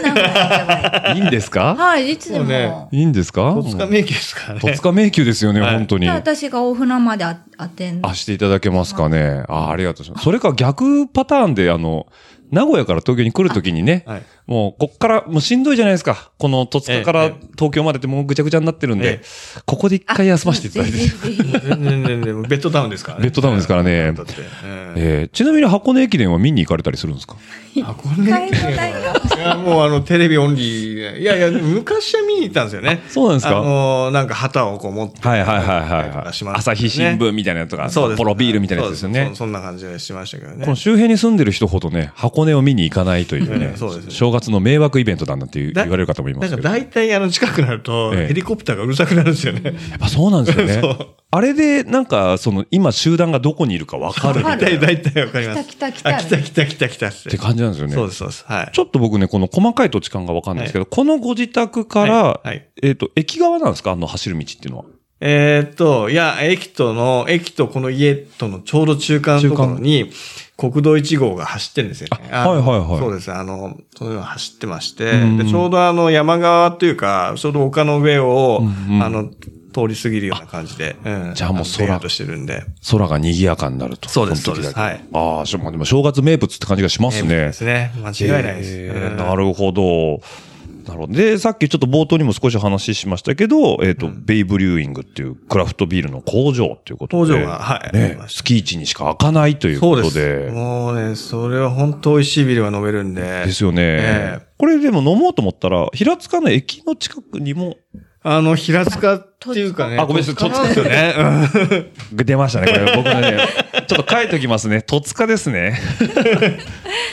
なんかやってばいい。
いいんです か
はい、いつでも。
そうね
いいんですか
戸塚名家ですからね。
戸塚迷宮ですよね、
はい
本当に
じゃ。あ私が大船まであアテンド
あ、。していただけますかね。あ、ありがとうございます。それか逆パターンで、あの、名古屋から東京に来るときにね、
はい
もう、こっから、もうしんどいじゃないですか。この戸塚から
え
東京までってもうぐちゃぐちゃになってるんで
え、
ここで一回休ませていただいて。
ぜひぜひ
全然全然、ベッドタウンですからね。
ベッドタウンですからね
だって。うん
えーちなみに箱根駅伝は見に行かれたりするんですか
箱根駅伝
大
はねいや、もうあの、テレビオンリーで。いやいや、昔は見に行ったんですよね。
そうなんですか
あのー、なんか旗をこう持って。
はいはいはいはい
と
は
かし
い。
ます
朝日新聞みたいなやつとか、
そうです。
ポロビールみたいなやつですよ
そう
ね
そ。そんな感じでしましたけどね。
この周辺に住んでる人ほどね、箱根を見に行かないというね
ええそうです、ね
正月の迷惑イベントだなんて言う
だ
言われる方もいま
な
す
んか
けど。や
大体あの近くなると、
ええ
ヘリコプターがうるさくなるんですよね。
っぱそうなんですよ
そ
ね
う。
あれで、なんか、その、今集団がどこにいるかわかるみたいな
大
っ
体、大体わかります。
来た来た来た
あ来た来た来た来たって
て感じなんですよね。
そうです、そうです。はい。
ちょっと僕ね、この細かい土地勘がわかんないですけど、このご自宅から、
はいはい
えっ、と、駅側なんですかあの走る道っていうのは。
えーっと、いや、駅との、駅とこの家とのちょうど中間のところに、国道1号が走ってるんですよね。
あ
あの
はいはいはい
そうです。あの、そういうのが走ってまして、
うん
でちょうどあの山側というか、ちょうど丘の上を、
うんうん
あの、通り過ぎるような感じで、うん
じゃあもう空
レイアウトしてるんで。
空が賑やかになると。
そうです
この時だけ
そうです
ああ、しょまあでも正月名物って感じがしますね。
ですね。間違いないです。
え
う
ー
ん
なるほど。なるほど。で、さっきちょっと冒頭にも少し話しましたけど、えっ、と、ベイブリューイングっていうクラフトビールの工場っていうことで。
工場がはいあり
ね、
ました
月一にしか開かないという
そ
こ
うで
と
す。
で。で
もうね、それは本当美味しいビールが飲めるんで。
すよね、
ええ
これでも飲もうと思ったら、平塚の駅の近くにも、
あの、平塚っていうかね。
あごめんなさい
戸塚なんですよね。
出ましたね、こ れ。僕のね、ちょっと書いときますね。戸塚ですね。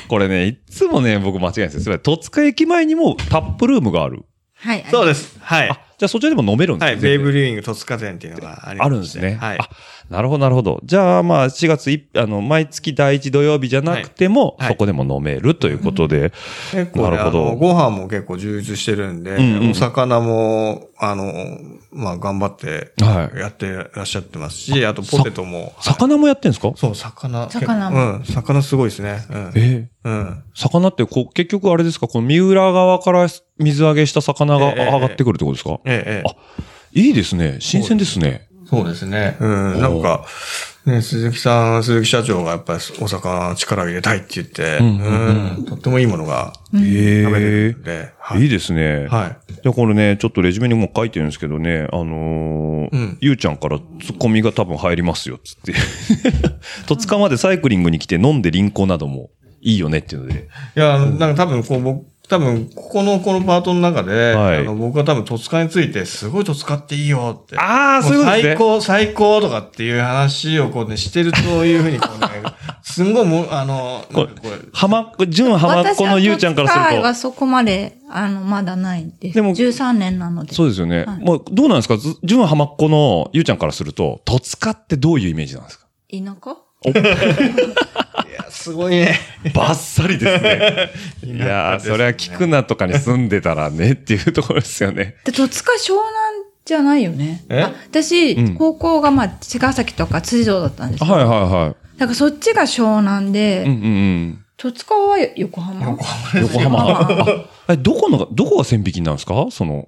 これね、いつもね、僕間違えないですよ。戸塚駅前にもタップルームがある。
はい。
そう
で
です。はい
あ。、じゃあそちらでも飲めるんです
は
ね
い。ベイブリューイング戸塚店っていうのがありま
あるんですね。
はい
あ。、なるほど、なるほど。じゃあ、まあ、4月いあの、毎月第1土曜日じゃなくても、
はいはい
そこでも飲めるということで、
結構
な
ね、
るほ
あ
ど
の、ご飯も結構充実してるんで、
んうん
お魚も、あの、まあ、頑張って
はい
やってらっしゃってますし、あとポテトも。はい
魚もやってんですか
そう、魚。
魚
結構うん、魚すごいですね。うん。
ええ
うん。
魚ってこう、結局あれですか、この三浦側から水揚げした魚が
ええ
上がってくるってことですか、
ええ、ええ。
いいですね。新鮮ですね。
そうですね。うん。なんか、ね、鈴木さん、鈴木社長がやっぱりお魚力入れたいって言って、うんとってもいいものが
え
食べれる
え
んで、
いいですね。
はい。
じゃあこれね、ちょっとレジュメにも書いてるんですけどね、あのー
うん
ゆうちゃんからツッコミが多分入りますよ、つって。 戸塚までサイクリングに来て飲んで輪行などもいいよねっていうので。
いや、あのなんか多分こう、僕、多分、ここの、このパートの中で、
はい
あの僕は多分、戸塚について、すごい戸塚っていいよって。
ああ、そういうことですね。
最高、最高とかっていう話をこうね、してるというふうに、こ うね、すんごいもう、あの、なんかこう、
浜っ子、純浜っ子のゆうちゃんから
私は
す
戸
る
塚愛は
と。
そこまで、あの、まだないんです。
で
で
も
も、13年なので。
そうですよね。
はい
もうどうなんですかず純浜っ子のゆうちゃんからすると、戸塚ってどういうイメージなんですか
田舎
すごいね。
バッサリですね。 いやー、それは聞くなとかに住んでたらねっていうところですよね。
で、戸塚湘南じゃないよね。
え
あ私、
うん
高校がまあ、茅ヶ崎とか辻堂だったんです
はい
よ
はいは
だからそっちが湘南で、
い。うんうん
戸塚は横浜横
うん。横浜。
浜。
あえ、どこのが、どこが線引きなんですかその、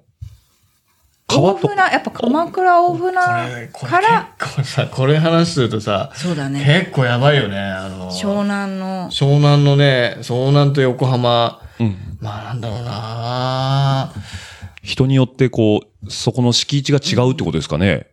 川
大
と
船、やっぱ鎌倉大船から、
これさ、これ話するとさ、
そうだね。
結構やばいよね、あの、
湘南の、
湘南のね、湘南と横浜、
うん。
まあなんだろうな
人によってこう、そこの敷地が違うってことですかね。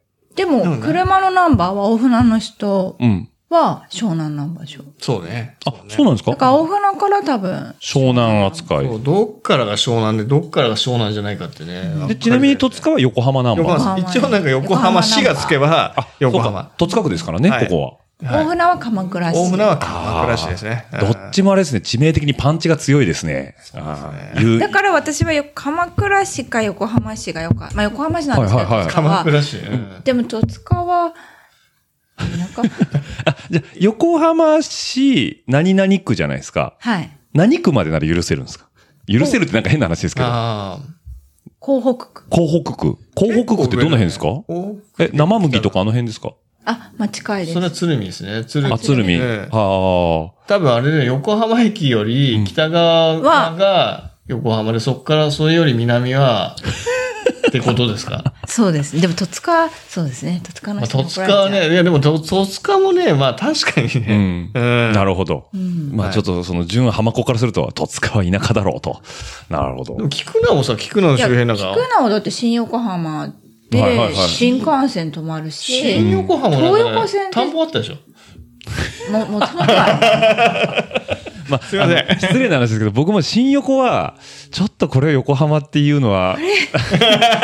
で
で
も
も
ね
車のナンバーは大船の人
うん。
は湘南ナンバーでしょ。
そうね。
あ、そうなんです
だから
か
大船から多分、
湘南扱い
そ。うどっからが湘南で、どっからが湘南じゃないかってね。
で、ちなみに戸塚は横浜ナン
横
バー。
浜一応なんか横浜市がつけば、横
そう
浜
か。戸塚区ですからね、
はい
ここ
大船は鎌倉市。
大船は鎌倉市ですね。
は。どっちもあれですね、致命的にパンチが強いですね。ああいう
だから私はよ鎌倉市か横浜市がよか、まあ横浜市なんですけど、
はいはいはい
戸塚は
鎌倉市。うん
でも戸塚は、 田舎
じゃあ横浜市何々区じゃないですか。
はい。
何区までなら許せるんですか許せるってなんか変な話ですけど。
ああ。
港北区。
港北区。港北区ってどの辺ですか
お
え、生麦とかあの辺ですか
あ、まあ近いです。
それは鶴見です ね。鶴見
あ、。鶴見。
ええ
はあ。
多分あれで横浜駅より北側が横浜で、そこからそれより南は、ってことです か
そうですね。でも、戸塚、そうですね。戸塚
ま
の
あ、
人
戸
も
塚は
怒られちゃ
ね、いやでも戸戸塚もね、まあ確かに
う
ね。
ん。
うん
なるほど。
う。うん。
まあ
はい
ちょっとその純浜子からすると、戸塚は田舎だろうと。なるほど
でも。菊名もさ、菊名の
い
周
や、
辺
聞
だ
く
から。
なおだって新横浜
はいはい
で
はい、
新幹線止まる
新
し、
横浜なんかね
東横線で
田んぼあったでしょ
も、もとも とは、
まあ、
すいません
あの失礼な話ですけど、僕も新横は、ちょっとこれ横浜っていうのは、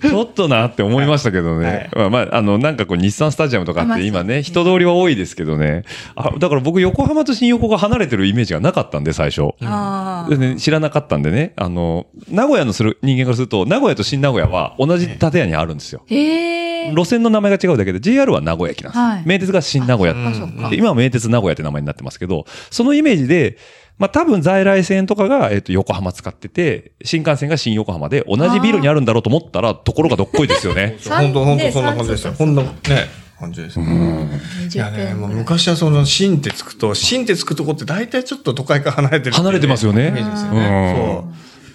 ちょっとなって思いましたけどね。まあ、まあ、あの、なんかこう、日産スタジアムとか
ま
っ
あ
て今
そうで
ね、
すね
人通りは多いですけどね。あだから僕、横浜と新横が離れてるイメージがなかったんで、最初。
あ
でね知らなかったんでね、あの、名古屋のする人間からすると、名古屋と新名古屋は同じ建屋にあるんですよ。
ーへえ。
路線の名前が違うだけで、JR は名古屋駅なんですよ。
はい
名鉄が新名古屋
あ、そっか。
で。今は名鉄名古屋って名前になってますけど、そのイメージで、まあ多分在来線とかが、えっと横浜使ってて、新幹線が新横浜で同じビルにあるんだろうと思ったら、ところがどっこいですよね
三
本当本当
ね
そんな感じでしたよ。
そ
こ
うそ
ん
う
な
そう
ね感じです。い
20
やね、
分
も
ぐ
う
らい
昔はその新ってつくと、新ってつくとこって大体ちょっと都会から離れてる。
離れてますよね。
イメージですよね。
うん
そう。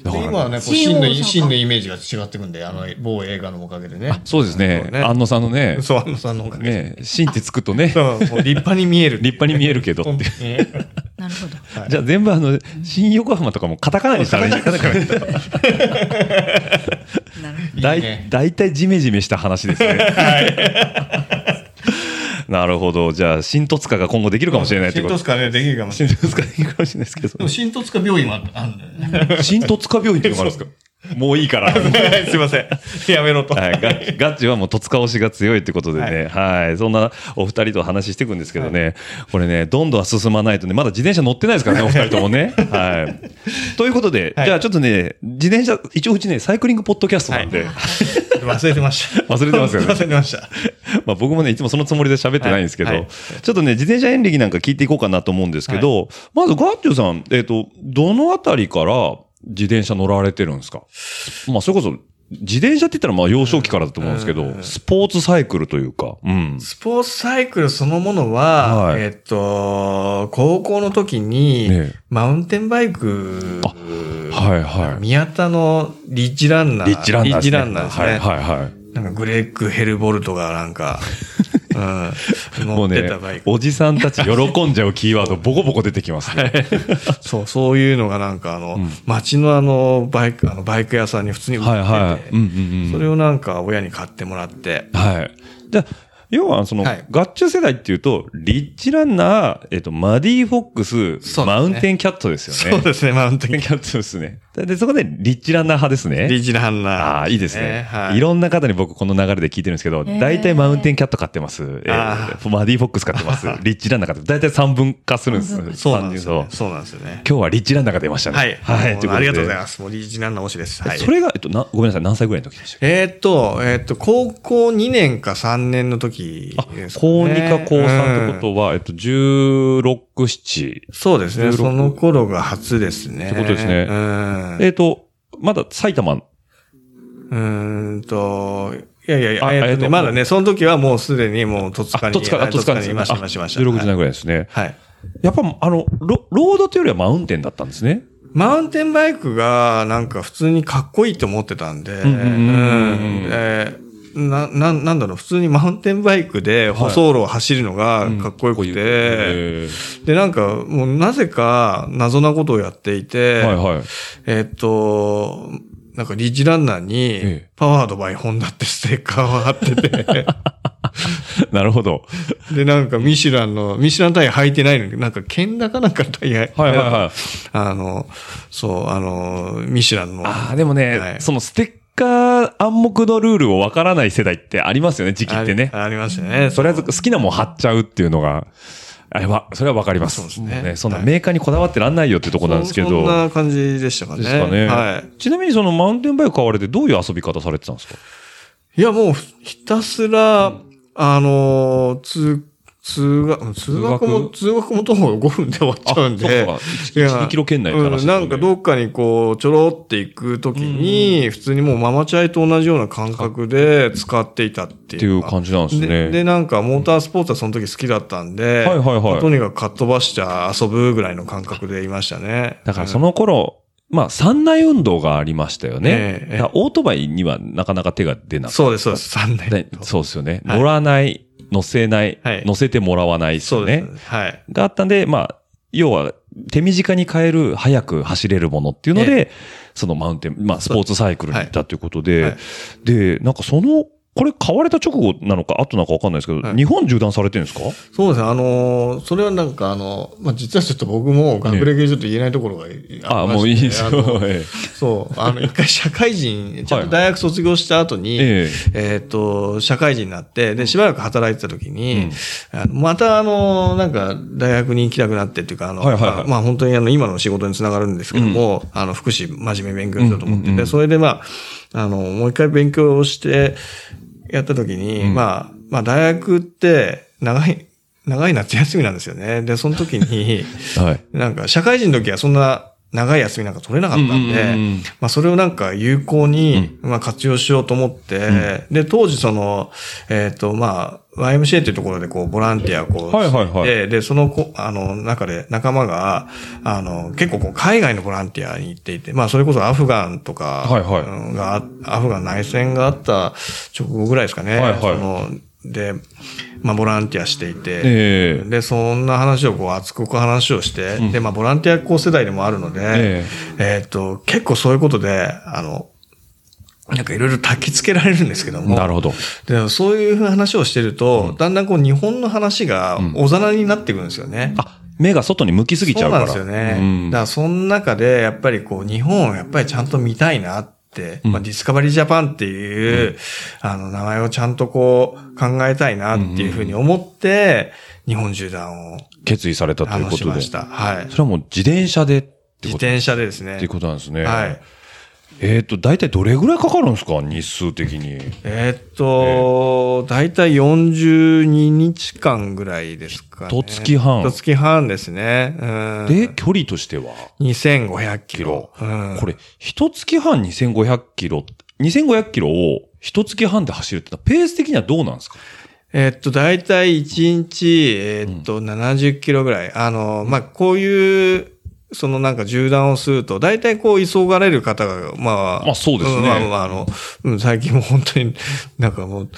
だ
で
から
今はね、こう
新
新の
大阪
新のイメージが違ってくんで、あの某映画のおかげでね。
そうですね
そう。ね
安野さんのね、
そう、あのさんのおかげで。
ね、新ってつくとね、立
そう、もう立派に見える。
派に見えるけどって
本当にね
なるほど。
じゃあ全部あの、新横浜とかもカタカナにしたらいい
なる
だい
いいね
大体ジメジメした話ですね。なるほど。じゃあ、新戸塚が今後できるかもしれないって
新
こと
戸。塚ね、できるかもしれ
新戸塚できるかもしれないですけ
でも、新戸塚病院はあるんだよね。
ど。新戸塚病院っていうのがあるんですかもういいから。
ない。 すいません。やめろと。
はい、ガッガッチはもう戸塚推しが強いってことでね、はい、そんなお二人と話していくんですけどね、これね、どんどん進まないとね、まだ自転車乗ってないですから ね、お二人ともね。はい。ということで、じゃあちょっとね、自転車、一応うちね、サイクリングポッドキャストなんで、
忘れてました。
忘れてますよね
忘れてました。
まあ僕もね、いつもそのつもりで喋ってないんですけど、
はいはい
ちょっとね、自転車演劇なんか聞いていこうかなと思うんですけど、まずガッチュさん、えっ、と、どのあたりから自転車乗られてるんですかまあそれこそ、自転車って言ったらまあ幼少期からだと思うんですけど、スポーツサイクルというか、うん。
スポーツサイクルそのものは、
はい
えっと、高校の時に、
ねえ
マウンテンバイク、
はいはい。
宮田のリッジランナー。
リッチランナーですね。
リッチランナーですね。
はいはいはい。
なんかグレッグ・ヘルボルトがな んか、うん、
も
乗
う
って
ね
たバイ、ク。
おじさんたち喜んじゃうキーワードボコボコ出てきますね。
そう、そういうのがなんかあの、街のあの、バイク、あの、バイク屋さんに普通に売ってて、
はいはい。うんうんうん。
それをなんか親に買ってもらって、
はい。じゃあ要は、その、
はい
ガッチュ世代っていうと、リッチランナー、えっ、と、マディ・フォックス、
そうですね
マウンテンキャットですよ
そう
ね。
ですね、マウンテ
マウンテ
ン
ンキャットですね。で、でそこで、リッチランナー派ですね。
リッジランナー、
ああ、いいですね。、
はいい。
ろんな方に僕この流れで聞いてるんですけど、大体マウンテンキャット買ってます。え
あ
ーマディフォックス買って ます。リッチランナー買ってます。大体3分化するんです。
そうなんですよ、
三
ね。
人
そうなんですよね。
今日はリッチランナーが出ましたね。
はい。
はい。
もうありがとうござい
ま
ます。もうリッジランナー推しです。
す
はい。
それが、えっと、なごめんなさい、何歳ぐらいの時でしたっけ
えーっと、えーっと、高校2年か3年の時
あ
です、かね。
高2か高3って
と、
ことは、えっと、16、7。
そうですね。
16
その頃が初ですね。
ってことですね
うん。
えっ、と、まだ埼玉、
うーんと、いやいやいや、
あ
えーっと
えーっと
ね、まだね、その時はもうすでにもう戸塚に。
戸塚、あ戸塚です
い
ね。
ました、
あ
いました、いました。
16時代ぐらいですね。
はい。はい
やっぱ、あのロ、ロードというよりはマウンテンだったんですね。
マウンテンバイクがなんか普通にかっこいいと思ってたんで、うん
うんうんうん
えーな、な、なんだろう、普通にマウンテンバイクで舗装路を走るのがかっこよくて、
え
で、なんか、もうなぜか謎なことをやってい
え
て、
はいはい。
えーっと、なんかリッジランナーに
え、
パワードバイホンダってステッカーを貼っ てて、
なるほど。
で、なんかミシュランの、ミシュランタイヤ履いてないのに、なんか剣高なんかのタイヤ、
はいはいはい。
あの、そう、あの、ミシュランの、
ああ、でもね、
はい
そのステッカー暗黙のルールをわからない世代ってありますよね、時期ってね。
ありありましたね。
とりあえず好きなもん貼っちゃうっていうのが、あれは、それはわかります。
そうですね
もそんなメーカーにこだわってらんないよってとこなんですけど。
そんな感じでしたかね。
ですかね、
は
ちなみにそのマウンテンバイク買われてどういう遊び方されてたんですか
い。いや、もう、ひたすら、あの、通、通学、通学も、通学も徒歩5分で終わっちゃうんで。
あそ
い
っ
や
か1、2キロ圏内って話
うん、なんか
う
どっかにこう、ちょろって行くときに、普通にもうママチャイと同じような感覚で使っていたって
って
い
いうう
か
感じなんですね。
でで、なんかモータースポーツはその時好きだったんで、
はいはいはい
とにかくかっ飛ばして遊ぶぐらいの感覚でいましたね。
だから
うん
その頃、まあ、三内運動がありましたよね
え。え
だからオートバイにはなかなか手が出なくて。
そうです、そうです、3
で
年。
そうですよね。
はい
乗らない、乗せない、
はい
乗せてもらわないです
そ
よ
うです
ね
ね。。はい。
があったんで、まあ、要は、手短に変える、早く走れるものっていうので、そのマウンテン、まあ、スポーツサイクルに行ったということで、
はいはい
で、なんかその、これ買われた直後なのか、後なのかわかんないですけど、
はい
日本縦断されてるんですか
そうですね、あのーそれはなんかあの、まあ、実はちょっと僕も学歴でちょっと言えないところがありまして
あもういいですよ
あ。の
ええ
そう、 あの、一回社会人、ちゃんと大学卒業した後に、
え
えっ、と、社会人になって、で、しばらく働いてた時に、あのまた、あの、なんか、大学に行きたくなってっていうか、あの、
はいはいはい
まあ、本当にあの、今の仕事につながるんですけども、あの、福祉、真面目勉強しようと思ってて、それでまあ、あの、もう一回勉強をして、やった時に、まあ、まあ、大学って、長い、長い夏休みなんですよね。で、その時 に、
はい。
なんか社会人の時はそんな長い休みなんか取れなかったんで、
うんうんうんうん
まあそれをなんか有効に、まあ活用しようと思って、で、当時その、えっ、と、まあ、YMCA っていうところでこうボランティアをこう
はいはい
して
はい
てで、そのこ、あの、中で仲間が、あの、結構こう海外のボランティアに行っていて、まあそれこそアフガンとか、
はいはい
うんが、アフガン内戦があった直後ぐらいですかね。
はいはい
そので、まあ、ボランティアしていて、
ええ
で、そんな話をこう熱くこう話をして、で、まあ、ボランティア校世代でもあるので、
え
えーっと、結構そういうことで、あの、なんかいろいろ焚きつけられるんですけども。
なるほど。
でそういう話をしてると、だんだんこう日本の話がおざなりになってくるんですよね。
あ、目が外に向きすぎちゃうから。
そうなんですよね。
うん
だからその中で、やっぱりこう、日本をやっぱりちゃんと見たいなって、まあ、ディスカバリージャパンっていう、あの、名前をちゃんとこう、考えたいなっていうふうに思って、日本縦断を、
決意されたと
あ
いう
の、
こ
し
と
ま
で。そ
した。はい。
れはもう自転車でって
自
ことっ
転車でですね。
ていうことなんですね。
はい。
えっと、大体どれぐらいかかるんですか日数的に。
えーっと、だいたい42日間ぐらいですかね。
一月半
一月半ですね。うん、
で、距離としては
2500キ
キロ
ロ。うん
これ、一月半2500キロ、2500キロを一月半で走るってのは、ペース的にはどうなんですか
えっと、大体1日、えっと、70キロぐらい。あの、まあ、こういう、そのなんか縦断をすると、大体こう急がれる方が、まあ、
まあそうですね
んまあまあ、あの、うん最近も本当になんかもう、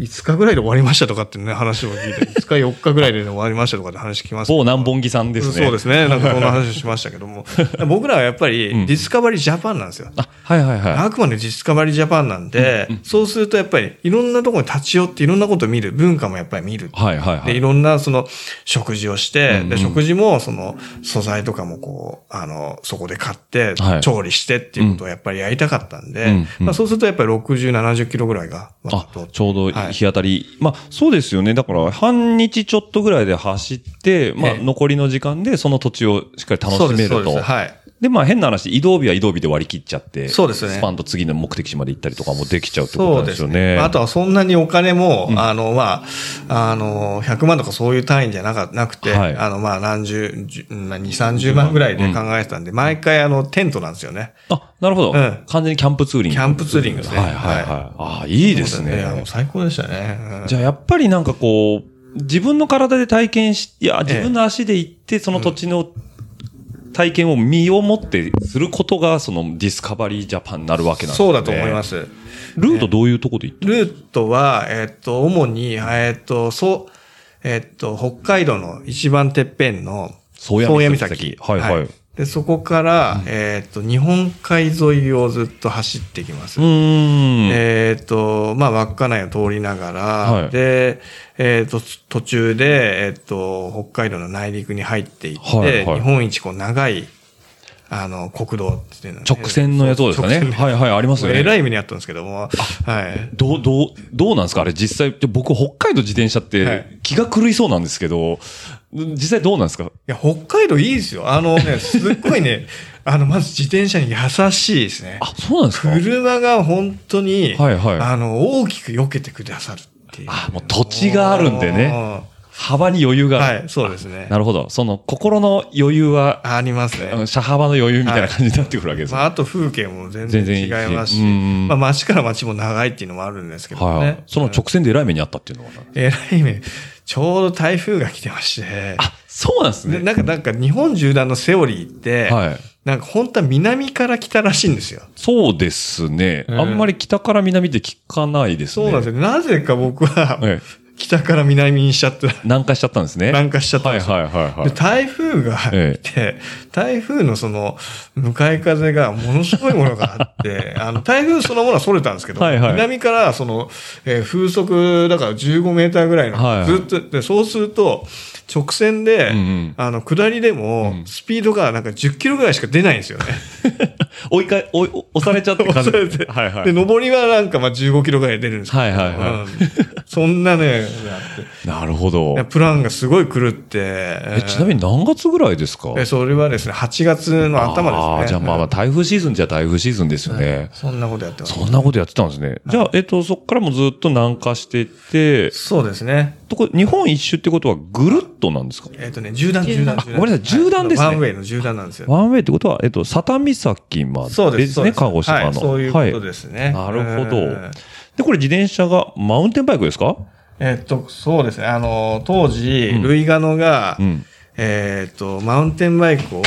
5日ぐらいで終わりましたとかってね、話も聞いて、5日4日ぐらいで終わりましたとかって話聞きますけど
某南本木さんですね。
そうですね。なんかこんな話をしましたけ ども。僕らはやっぱり
ん
ディスカバリージャパンなんですよ。
あ、はいはいはい。
あくまでディスカバリージャパンなんで、そうするとやっぱりいろんなところに立ち寄っていろんなことを見る。文化もやっぱり見る。
はいはいは
で、い
い。
ろんなその食事をして、
うんう
で、
ん
食事もその素材とかもこう、あの、そこで買って
はい、
調理してっていうことをやっぱりやりたかったんで、
うんうん
まあ、そうするとやっぱり60、70キロぐらいが、ま
あ
と、
ちょうど
はい
日当たり。まあ、そうですよね。だから、半日ちょっとぐらいで走って、まあ、
ええ
残りの時間でその土地をしっかり楽
そう
しめ
です、そう
る
で
と
す。。はい。
で、まあ、変な話、移動日は移動日で割り切っちゃって、
そうですね
スパンと次の目的地まで行ったりとかもできちゃうってこと
そ
な
うんで
です
す
よ
ね。
ね。
まああとはそんなにお金も、あの、まあ、あの、100万とかそういう単位じゃなかなくて、
はい
あの、まあ、何十、じゅまあ、2、30万ぐらいで考えてたんで、毎回あの、テントなんですよね。
あ、なるほど、
うん
完全にキャンプツーリング。
キャンプツーリングですね
はいはいはい。
は
ああ、いいですね。
いやもう最高でしたね。うん
じゃあやっぱりなんかこう、自分の体で体験し、いや、
ええ
自分の足で行って、その土地の体験を身をもってすることが、そのディスカバリージャパンになるわけなんですね。
そうだと思いま。す。
ルートどういうとこで行って
ルートは、えっと、主に、えっと、そう、えっと、北海道の一番てっぺんの、
宗谷岬
宗谷
はいはい
で、そこから、えっと、日本海沿いをずっと走ってきます。
うーん。
えっ、と、まあ、稚内を通りながら、
はい
で、えっ、と、途中で、えっ、と、北海道の内陸に入っていって、
はいはい
日本一こう長い、あの、国道っていうのね
直線のやつをですかね。
直線
はいはい、あります
も
よ
う
ね。
えらい目にあったんですけども、はい。
どう、どう、どうなんですかあれ実際、で僕、北海道自転車っ
は
て
い
気が狂いそうなんですけど、実際どうなんですか
いや、北海道いいですよ。あのね、すっごいね、 あの、まず自転車に優しいですね。
あ、そうなんですか
車が本当に、
はいはい
あの、大きく避けてくださるっていう。
あ、もう土地があるんでね。
も
幅に余裕
う。
がある。
はい、そうですね
な。るほど。その心の余裕は、
ありますね
あ。の車幅の余裕みたいな感じになってくるわけですね。
まあ、あと風景も全然違います
全
し、
然いいしうん
まあ、街から街も長いっていうのもあるんですけど
はい、
ね。
その直線でえらい目にあったっていうのはな。
えらい目、ちょうど台風が来てまして、
あ、そうなんです
で
ね。
なんか、なんか日本縦断のセオリーって、
はい。
なんか本当は南から来たらしいんですよ。
そうですね。
うん
あんまり北から南って聞かないですね。
そうなんですよ。なぜか僕は、
ええ
北から南にしちゃった、
南下しちゃったんですね。
南下しちゃったん
は
で
い
すよ
はいはいは
で
い。
台風が来て、台風のその、向かい風がものすごいものが あって、あの、台風そのものはそれたんですけど、
はいはい
南からその、えー風速、だから15メーターぐらいの、
はいはい
ずっと、で、そうすると、直線で、
うんうん
あの、下りでも、スピードがなんか10キロぐらいしか出ないん ですよね。
追いか、追い、押されちゃった感じ。
押されて
はいは
で、
い。
上りはなんかまあ15キロぐらい出るんですけど、
はいはいは
うんそんなね、があって
なるほど
いや。プランがすごい狂って、
え、ちなみに何月ぐらいですか
えそれはですね、8月の頭ですね。
ああ、じゃあまあまあ台風シーズンじゃ台風シーズンですよね。
そんなことやってます。
そんなことやってたんですね。じゃあ、えっと、そこからもずっと南下していって、
そうですね。
とこ日本一周ってことはぐるっとなんですか
えっ、とね、縦断、縦断、
あごめんなさい縦断ですね
ワンウェイの縦断なんですよ。
ワンウェイってことは、えっと、佐多岬まで
そうで
で
す、
す
そう
ね、
です。
鹿児島の。
はい、そういうことですね。
はいなるほど
うん。
で、これ自転車がマウンテンバイクですか
えっと、そうですね。あの、当時、
うん
ルイガノが、
うん。
えっ、と、マウンテンバイクを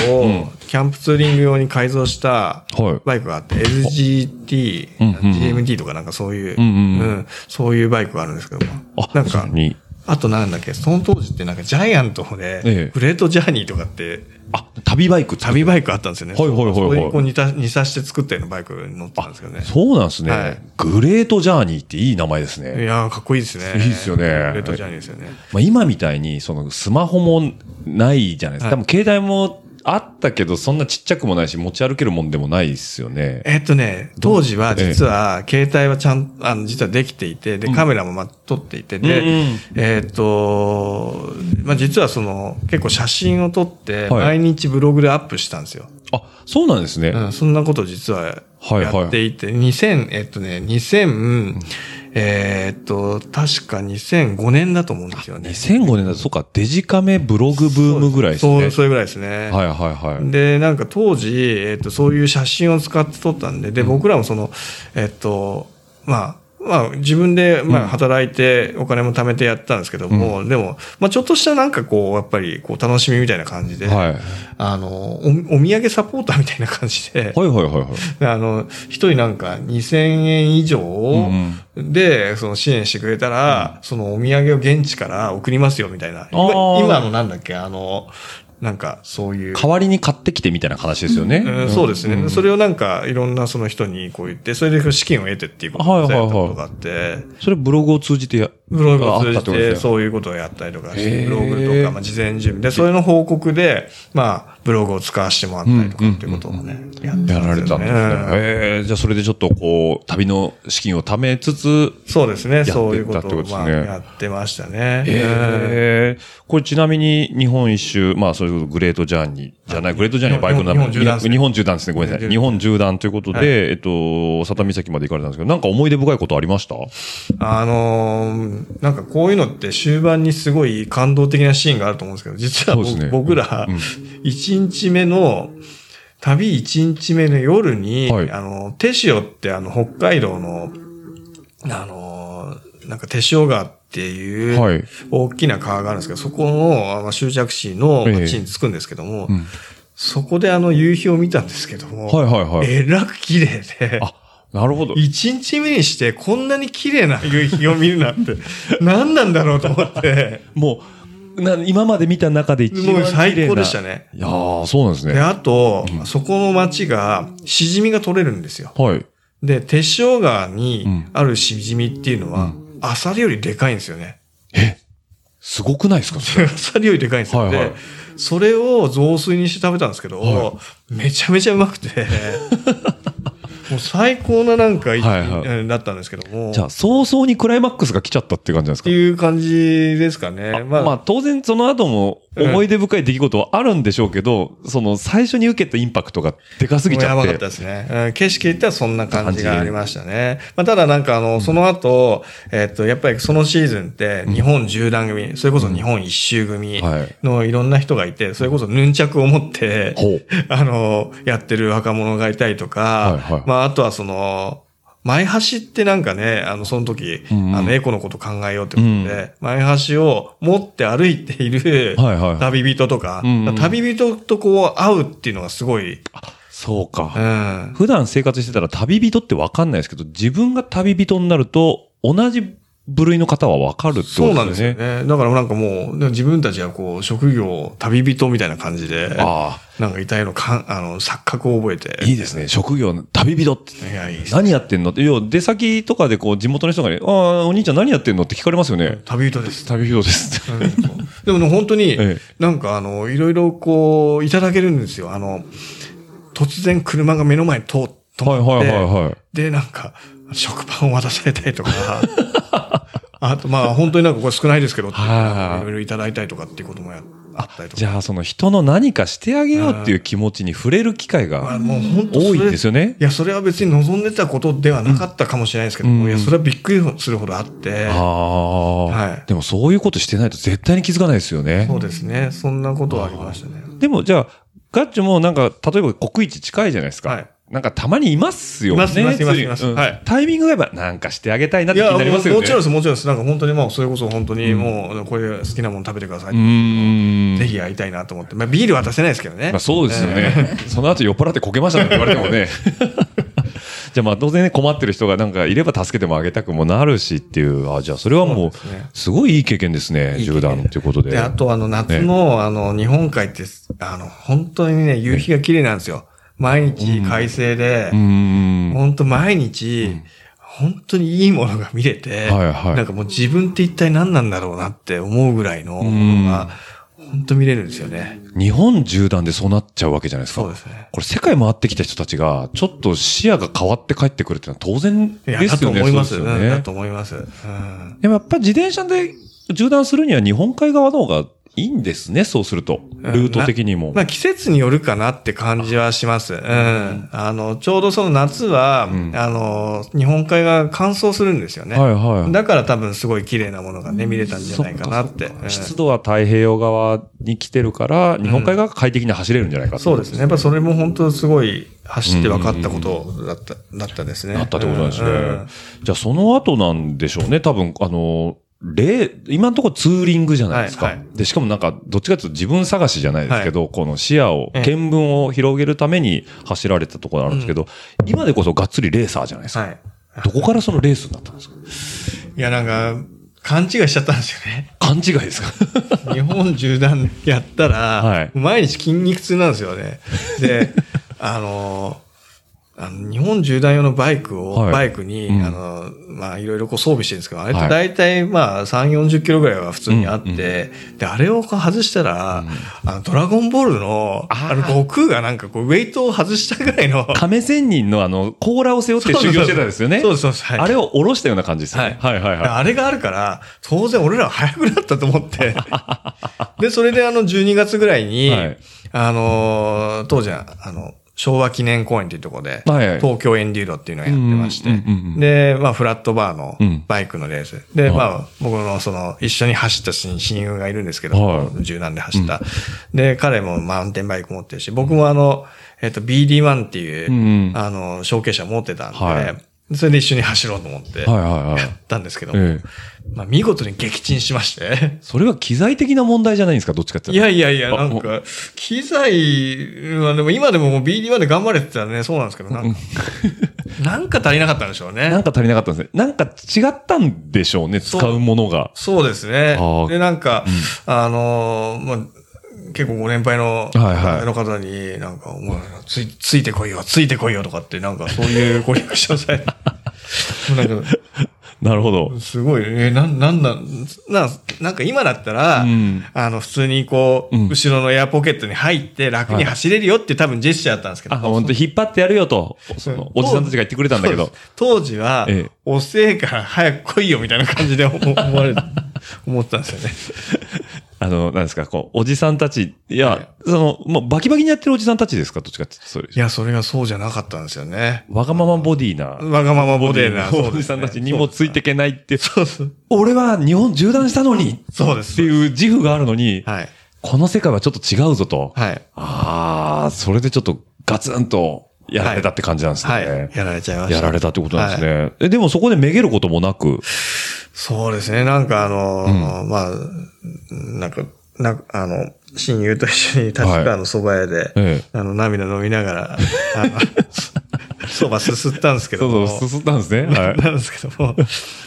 キャンプツーリング用に改造した
はい
バイクがあって、LGT、
うんうん
GMT とかなんかそういう、
うんうんうん
そういうバイクがあるんですけども。
あ、
なん
そ
か
れ、に。
あとなんだっけ、その当時ってなんかジャイアントで、
ええ
グレートジャーニーとかって、
あ、旅バイク
旅バイクあったんですよね。
はいはいはいはい
それにこう似た、似さして作ったようなバイクに乗ってたんですけどね。
そうなんですね、
はい
グレートジャーニーっていい名前ですね。
いやー、かっこいいですね。
いいですよね
グレートジャーニーですよね。
まあ、今みたいに、そのスマホもないじゃないですか。
はい
多分携帯もあったけど、そんなちっちゃくもないし、持ち歩けるもんでもないですよね。
えっとね、当時は実は、携帯はちゃん、あの、実はできていて、で、カメラもまあ撮っていて、で、
うんうん
えっと、まあ実はその、結構写真を撮って、
はい
毎日ブログでアップしたんですよ。
あ、そうなんですね。
うん、そんなこと実は
はいはい
やっていて、2000、えっとね、2000、えっと、確か2005年だと思うんですよね。
2005年だと、そうか、デジカメブログブームぐらいです
そう、
ね。
それぐらいですね。
はいはいはい。
で、なんか当時、えっ、と、そういう写真を使って撮ったんで、で、僕らもその、えっ、と、まあ、まあ、自分で、まあ、働いて、お金も貯めてやったんですけども、でも、まあ、ちょっとしたなんかこう、やっぱり、こう、楽しみみたいな感じで、
はい。
あの、お、お土産サポーターみたいな感じで、
はいはいはいはい。
あの、一人なんか2000円以上で、その支援してくれたら、そのお土産を現地から送りますよみたいな。今
ー
今のなんだっけ、あの、なんかそういう。
代わりに買ってきてみたいな話ですよね。
うんそうですね、それをなんかいろんなその人にこう言って、それで資金を得てっていうこと
はい
を
はい
や
はい
ったことがあって、
それブログを通じてや、
ブログを通
があったってこと
じ
で
て
すね。
そういうことをやったりとかし
へ
て、
ー
ブログとか、まあ、事前準備で、それの報告で、まあ、ブログを使わせてもらったりとかっていうことをね、やって
や
ん
られ
で
た
すよ
んですね。えーじゃあそれでちょっとこう、旅の資金を貯めつつ、
そうですね。
ってった
そういうこと
ってこと
を、
ですね
まあ、やってましたね。
ええこれちなみに日本一周、まあそれこそグレートジャーニーじゃない、グレートジャーニーはバイクなの
日本縦断ですね
日本縦断ですね。ごめんなさい。日本縦断ということで、
はい
えっと、佐田岬まで行かれたんですけど、なんか思い出深いことありました
あのーなんかこういうのって終盤にすごい感動的なシーンがあると思うんですけど、実は僕,、
そうですね
ら、1日目の、旅1日目の夜に、
はい
あの、手塩ってあの、北海道の、あのーなんか手塩川っていう、
はい
大きな川があるんですけど、そこの、あまあ、終着地の
ええ
地に着くんですけども、そこであの夕日を見たんですけども、
はいはいはい。
えらく綺麗で、
あ、なるほど。
一日目にしてこんなに綺麗な夕日を見るなん て、何なんだろうと思って、
もう、な今まで見た中で一番綺麗
もう
な。
最高でした。ね。
いやー、そうなんです
で、
ね。
あと、そこの町が、しじみが取れるんですよ。
はい。
で、鉄塩川に
ん
あるしじみっていうのは、アサリよりでかいんですよね。
すごくないですかそれ
アサリよりでかいんですよ。
はいはい
で、それを雑炊にして食べたんですけど、
は
めちゃめちゃう まくて、もう最高ななんか一日、
はいはい
うんだったんですけども。
じゃあ、早々にクライマックスが来ちゃったっていう感じなんですか
っていう感じですかね。
まあ、当然その後も思い出深い出来事はあるんでしょうけど、その最初に受けたインパクトがでかすぎちゃ
も
っ
うや
て。
ばかったですね。うん景色行ったらそんな感じがありましたね。まあ、ただなんかあの、その後、えっと、やっぱりそのシーズンって、日本縦断組、それこそ日本一周組
はい
のいろんな人がいて、それこそヌンチャクを持って
ほう、
あの、やってる若者がいたりと
はいはい
か、まあ、あとはその、前橋ってなんかね、あの、その時、あ
んうん
の、エコのこと考えようってことで、前橋を持って歩いている
はいはい
旅人とか
うんうん、
旅人とこう会うっていうのがすごい、
そう
う
か。
ん。
普段生活してたら旅人ってわかんないですけど、自分が旅人になると、同じ部類の方はわかるってことですね。
そうなんですよ。ね。だからなんかもう、でも自分たちがこう、職業、旅人みたいな感じで、
あ
なんかいたいのかん、あの、錯覚を覚えて。
あ、いいですね。職業、旅人って。
いや、いいですね。
何やってんのって、要は出先とかでこう地元の人がね、ああ、お兄ちゃん何やってんのって聞かれますよね。
旅人です。
旅人です。
でもね本当に
ええ、
なんかあの、いろいろこう、いただけるんですよ。あの、突然車が目の前に通っ止
はいは
まっ
い
て、
はいはい。
で、なんか、食パンを渡されたりとか、 あと、まあ、本当になんかこれ少ないですけどっていう、
はい
いろいろいただいたりとかっていうこともやあったりとか。
じゃあ、その人の何かしてあげようっていう気持ちに触れる機会
まあ
が
もう本当
多
そ
い
れ
んですよね。
いや、それは別に望んでたことではなかったかもしれないですけど、
うん
いや、それはびっくりするほどあって、
ああ、
はい
でもそういうことしてないと絶対に気づかないですよね
そ。うですね。そんなことはありましたね。
でもじゃあ、ガッチョもなんか、例えば国一近いじゃないですか。
はい
なんかたまにいますよね。
いますいますいますいます
ついうん
はい
タイミングがあればなんかしてあげたいなっ
い
て気
や、
になり
も
ますよ
う
ね。
もちろんです、もちろんです。なんか本当にまあ、それこそ本当にもう、これ好きなもの食べてください。
うーん。
ぜひやりたいなと思って。まあ、ビール渡せないですけどね。
まあ、そうですよ ね。その後酔っ払ってこけましたねって言われてもね。じゃあまあ当然ね困ってる人がなんかいれば助けてもあげたくもなるしっていう、あ、じゃあそれはもう
そうですね、
すごいいい経験ですね、
いい経
10
験
段ということで。
で、あとあの夏の、あの、日本海って、あの、本当にね、夕日が綺麗なんですよ。毎日快晴で
う、ーん。
本当毎日、本当にいいものが見れて、
はいはい
なんかもう自分って一体何なんだろうなって思うぐらいのものが、本当見れるんですよね。
日本縦断でそうなっちゃうわけじゃないですか。
そうですね
これ世界回ってきた人たちが、ちょっと視野が変わって帰ってくるっていうのは当然
いや、
で
だ
す
と
よね。
思います。
そううんですよね
だと思います。うん
でもやっぱ自転車で縦断するには日本海側の方がいいんですね、そうすると。ルート的にも。
まあ季節によるかなって感じはします。うん。あの、ちょうどその夏は、あの、日本海側が乾燥するんですよね。
はいはい
だから多分すごい綺麗なものがね、見れたんじゃないかなって。うん
湿度は太平洋側に来てるから、日本海側が快適に走れるんじゃないかと
そうですね。やっぱそれも本当すごい走って分かったことだった、だったですね。
なったってことなんですね。
うんうん
じゃあその後なんでしょうね。多分、あの、例、今のところツーリングじゃないですか。
はいは
で、しかもなんか、どっちかというと自分探しじゃないですけど、この視野を、
ええ
見聞を広げるために走られたところなんですけど、今でこそがっつりレーサーじゃないですか。
はい。
どこからそのレースになったんですか
いや、なんか、勘違いしちゃったんですよね。
勘違いですか
日本縦断やったら、
はい
毎日筋肉痛なんですよね。 で、あの、あの日本縦断用のバイクを、
はい
バイクに、
うん
あの、まあ、いろいろこう装備してるんですけど、あれっ
は
て
い
大体、まあ、3、40キロぐらいは普通にあって、で、あれをこう外したら、あの、ドラゴンボールの、あの、悟空がなんかこう、ウェイトを外したぐら いの、
亀仙人のあの、甲羅を背負って修行してたんですよね。
そうですそうですはい
あれを下ろしたような感じですよね。はい、はい、はい。
あれがあるから、当然俺らは早くなったと思 って。で、それであの12月ぐらいに、
はい
あのー当時は、あの、昭和記念公園というところで、
はいはい
東京エンデューロっていうのをやってまして、
うんうんうんうん
で、まあ、フラットバーの
うん
バイクのレース。で、まあ、僕のその、一緒に走った親親友がいるんですけど、
はい
柔軟で走った。で、彼もマウンテンバイク持ってるし、僕もあの、えっ、と、BD1 っていう、
うんうん
あの、証券車持ってたんで、
は
それで一緒に走ろうと思って、
はいはいはい
やったんですけども、
ええ
まあ、見事に撃沈しまして。
それは機材的な問題じゃないんですかどっちかって
い
いうと
やいやいや、
あ
なんか、機材はでも今でももう BD1 で頑張れてたらね、そうなんですけど、 なんか、なんか足りなかったんでしょう
な
ね
ん。か足りなかったんですね。なんか違ったんでしょうね、使
そう
うものが。
そうですね
ああ。
で、なんか、あのー、まあ、結構ご年配の、
はいはい
の方に、なんか、お前つい、ついてこいよ、ついてこいよとかって、なんかそういうご利用しな さい。なんか、
なるほど。
すごい、え、なん、なんなん、な、なんか今だったら、
ん
あの、普通にこう、
うん
後ろのエアポケットに入って楽に走れるよっていう多分ジェスチャーだったんですけど。
あ、本当に引っ張ってやるよと、そのおじさんたちが言ってくれたんだけ
そ
ど
うで。す当時は、
ええ
おせえから早く来いよみたいな感じ で思思われ思ったんですよね。
あの、なんですか、こう、おじさんたち、いや、その、もうバキバキにやってるおじさんたちですかどっちかっていうと、それ
い。や、それがそうじゃなかったんですよね。
わがままボディな、
わがままボデーな。
おじさんたちにもついていけないって、
そうです。
俺は日本縦断したのに
そうです。
っていう自負があるのに、
はい。
この世界はちょっと違うぞと。
はい。
ああ、それでちょっとガツンとやられたって感じなんですね。
はい。やられちゃいました。
やられたってことなんですね。え、でもそこでめげることもなく。
そうですね。なんかあのー、まあ、なんか、なあの、親友と一緒に立川の蕎麦屋で、
ええ
あの、涙飲みながら、あ の、蕎麦すすったんですけ
そ
ど
う
も。
そう、すすったんですね。は。
ないんですけども、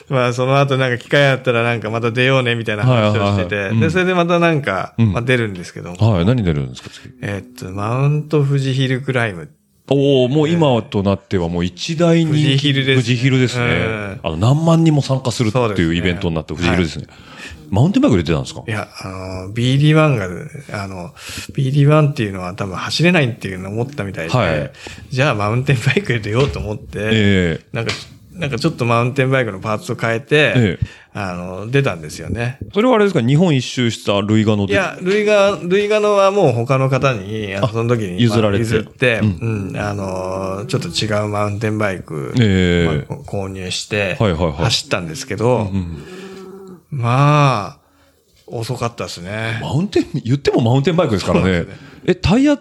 まあその後なんか機会あったらなんかまた出ようねみたいな話をして
はいはいは
て
い、うん
で、それでまたなんか、
ん
まあ出るんですけども、
はい、何出るんですか次。
えっと、マウント富士ヒルクライム。
おおもう今となってはもう一大人気。
富士ヒルですね
富士ヒルですね。あの、何万人も参加するって
そうで
い
す
う
ね
イベントになって、富士ヒルですね。マウンテンバイクで出たんですか
いや、あの、BD1 が、あの、BD1 っていうのは多分走れないっていうのを思ったみたいで、
はい
じゃあマウンテンバイクで出ようと思って、
ええ
なんか、なんかちょっとマウンテンバイクのパーツを変えて、
ええ
あの、出たんですよね。
それはあれですか日本一周したルイガノ
い
で。
や、ルイガ、ルイガノはもう他の方に、あのその時に
譲られて
まあ譲って、
う
うん、あのー、ちょっと違うマウンテンバイク、
ええ
まあこ購入して、
はいはいはい
走ったんですけど、まあ、遅かったですね。
マウンテン、言ってもマウンテンバイクですからね。え、タイヤは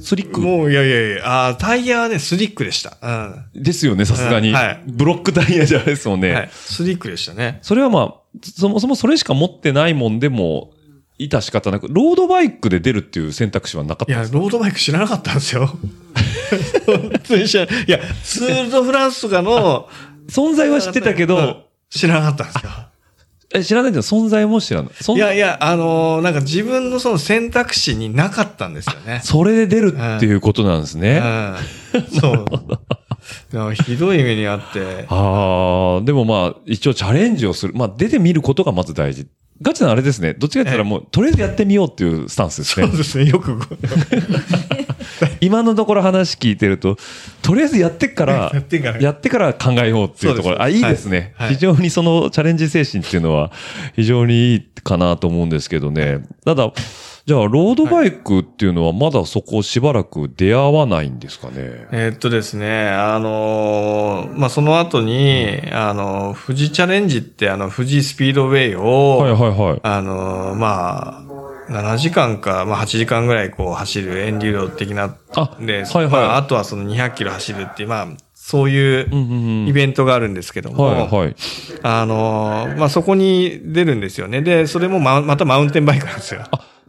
スリック
もう、いやいやいや、あータイヤはね、スリックでした。うん。
ですよね、さすがに、
うんはい
ブロックタイヤじゃないですもんね。
はい。スリックでしたね。
それはまあ、そもそもそれしか持ってないもんでも、致し方なく、ロードバイクで出るっていう選択肢はなかっ
い
たん
や、
ですか
ロードバイク知らなかったん ですよ。本当に知らない。いや、ツール・ド・フランスとかの、
存在は知ってたけ
うん
ど、、
知らなかったんですよ。
え知らないけど存在も知らない。そん
いやいや、あのーなんか自分のその選択肢になかったんですよね。
それで出るっていうことなんですね。
うん。 そう。でもひどい目にあって。
ああ、でもまあ、一応チャレンジをする。まあ、出てみることがまず大事。ガチなあれですね。どっちかって言ったらもう、とりあえずやってみようっていうスタンスです
そう
ね。
ですね、よくこう
今のところ話聞いてると、とりあえずやってっから、
やってから
やってから考えようっていうところ。
そう
あ、
です
いいですね、
はいはい
非常にそのチャレンジ精神っていうのは、非常にいいかなと思うんですけどね。ただ、じゃあ、ロードバイクっていうのはまだそこしばらく出会わないんですかね。
えーっとですね、あのーまあ、その後に、あのー、富士チャレンジってあの、富士スピードウェイを、
はいはいはい。
あのーまあ、7時間か、まあ、8時間ぐらいこう走る遠流路的な、
あ
で、
はいはい
まあ、あとはその200キロ走るっていう、まあ、そういう
うんうん
イベントがあるんですけど
うん。
も、
はいはい。
あのーまあ、そこに出るんですよね。で、それもま、またマウンテンバイクなんですよ。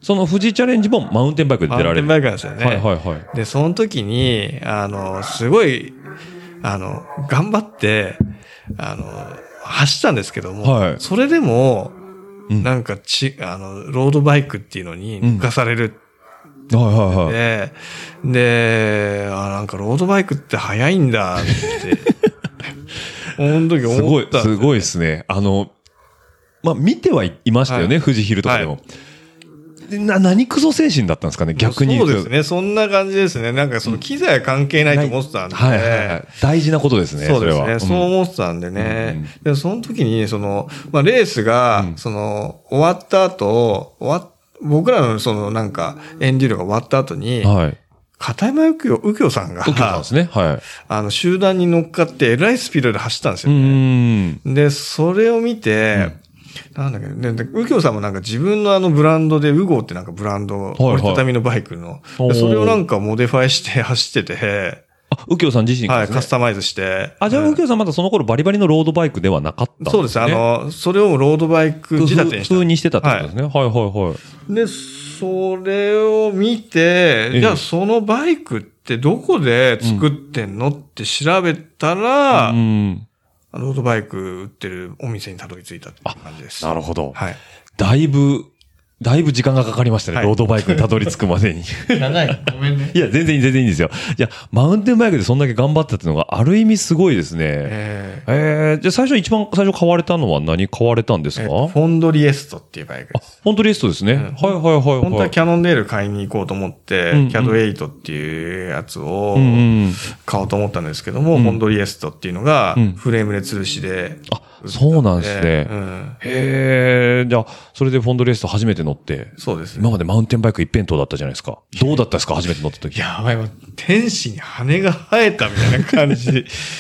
その富士チャレンジもマウンテンバイクで
マ
出ら
ウン
れ
テ
る。
ンバイクなんですよね。
はいはいはい。
で、その時に、あの、すごい、あの、頑張って、あの、走ったんですけども、
はい
それでも、
うん
なんかち、あの、ロードバイクっていうのに抜かされる
はいはいはい。
で、で、あ、なんかロードバイクって速いんだ って、その時
すご
思っ
い、
たんですよ。
ごいですね。あの、まあ、見てはいいましたよね、
は
富士ヒルとかでも。
は
でな、何クソ精神だったんですかね、逆に言
そ
と。
ううですね。そんな感じですね。なんかその機材は関係ないと思ってたんで。
はいはいはい。大事なことですね、そ
そ
うれ
です
は。
ね。
うん
そう思ってたんでね。で、その時に、その、まあ、レース
う
が
ん、
その、終わった後、終わっ僕らのその、なんか、エンデューロが終わった後に、
はい。
片山右京、右京さんが、
受けたんですね、はい。
あの、集団に乗っかって、えらいスピードで走ったんです
う
よね。
ーん。
で、それを見て、なんだっけど、で、で右京さんもなんか自分のあのブランドで、ウゴーってなんかブランド、
いはい
折りたたみのバイクの、
おー
でそれをなんかモディファイして走ってて、
あ、右京さん自身が
は
で
い、
すね
カスタマイズして。
あ、じゃあ
うん
右京さんまだその頃バリバリのロードバイクではなかったん
そうです。あ、の、それをロードバイク
風
仕立てにした。
風にしてたってことですね。はいはいはい。
で、それを見て、
え
じゃあそのバイクってどこで作ってんのって調べたら、
うん。
ロードバイク売ってるお店にたどり着いたっていう感じです。
なるほど。
はい。
だいぶ、だいぶ時間がかかりましたね、
はい
ロードバイクにたどり着くまで に。
長い。ごめんね。
いや、全然いい、全然いいんですよ。いや、マウンテンバイクでそんだけ頑張ったっていうのが、ある意味すごいですね。
え
えー、じゃあ最初一番最初買われたのは何買われたんです
ーえ
か
ーフォンドリエストっていうバイクです。
本当リストですね。はいはいはい
本当
は。
はいキャノンデール買いに行こうと思って、
うんうん
キャド8っていうやつを
うんうん。
買おうと思ったんですけども、フォンドリエストっていうのが
うん
フレームで吊るしで、
あ、そうなんですね。
うん
へえ、じゃあ、それでフォンドレースト初めて乗って、
そうですね。
今までマウンテンバイク一辺倒だったじゃないですか。どうだったですか初めて乗った時。
やばいわ、天使に羽が生えたみたいな 感じ。で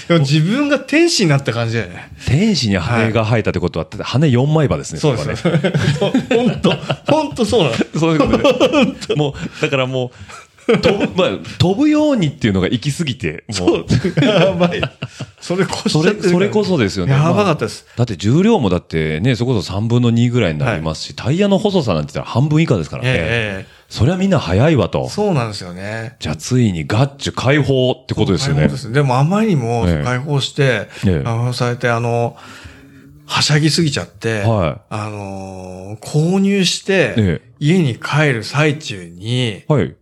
も自分が天使になった感じだよね。
天使に羽が生えたってことは、羽4枚羽ですね。
そう
れは
ですね。ほんと、ほんとそうなの。
そういう ことで。もう、だからもう、飛ぶ、まあ、飛ぶようにっていうのが行き過ぎて、もう、
やばい。それこそ
それ、それこそですよね。
やばか
ま
っ
あ
たです。
だって重量もだってね、それこそ3分の2ぐらいになりますし、タイヤの細さなんて言ったら半分以下ですからね。
えええ
そりゃみんな早いわ
え
と。
そうなんですよね。
じゃあついにガッチュ解放ってことですよ
解
ね
放。ですでもあまりにも
ええ
解放して、
ええ
あの、されて、あの、はしゃぎすぎちゃって、
は
あのー購入して、
ええ
家に帰る最中に、
はい。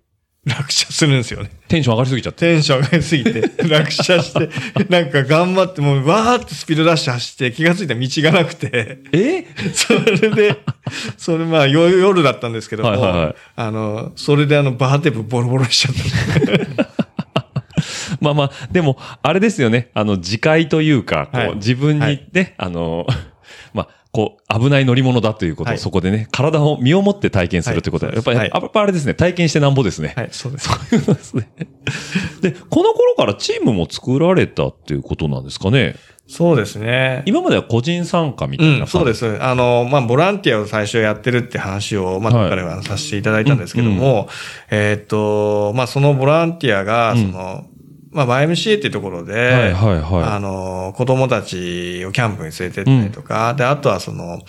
落車するんですよね。
テンション上がりすぎちゃって。
テンション上がりすぎて、落車して、なんか頑張って、もうわーってスピード出して走って、気がついたら道がなくて、
え
それで、それまあ夜夜だったんですけども、
はいはいはい
あの、それであのバーテープボロボロにしちゃった。
まあまあ、でも、あれですよね。あの、自戒というか、こ
は
う
い
自分にね、
はい
あの、 まあ、こう、危ない乗り物だということを、
はい
そこでね、体を身をもって体験するということは、
はい
やっぱり、
はい
やっぱあれですね、体験してなんぼですね。
はい、そうで す。
そういうのですね。で、この頃からチームも作られたっていうことなんですかね。
そうですね。
今までは個人参加みた
う
いな感
ん、
じ。
そうです。あの、まあ、ボランティアを最初やってるって話を、まあ、
はい
彼はさせていただいたんですけども、えーっと、まあ、そのボランティアが、
うん
その、まあ、YMCA っていうところで、
はいはいはい
あの、子供たちをキャンプに連れてったりとか、で、あとはその、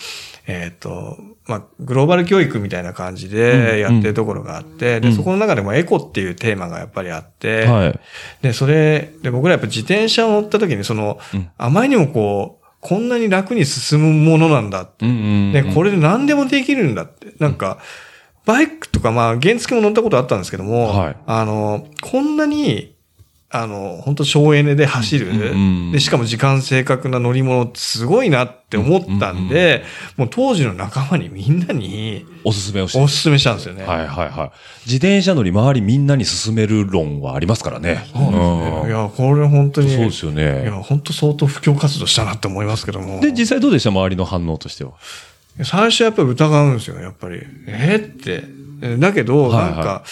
えーっと、まあ、グローバル教育みたいな感じでやってるところがあって、で、そこの中でもエコっていうテーマがやっぱりあって、
はい。
で、それ、で、僕らやっぱ自転車を乗った時に、その、あまりにもこう、こんなに楽に進むものなんだって。
うんうん
で、これで何でもできるんだって。なんか、バイクとか、まあ、原付も乗ったことあったんですけども、
はい
あの、こんなに、あの、本当省エネで走る、
うん
で、しかも時間正確な乗り物、すごいなって思ったんで、もう当時の仲間にみんなに
おすすめをして
お勧めしたんですよね。
はいはいはい。自転車乗り周りみんなに勧める論はありますからね。
いや、これ本当
うん
に。
そうですよ
いや、
ね。
本当相当布教活動したなって思いますけども。
で、実際どうでした周りの反応としては。
最初やっぱり疑うんですよね、やっぱり。えーって。えだけ
は
ど、
いはい
なんか、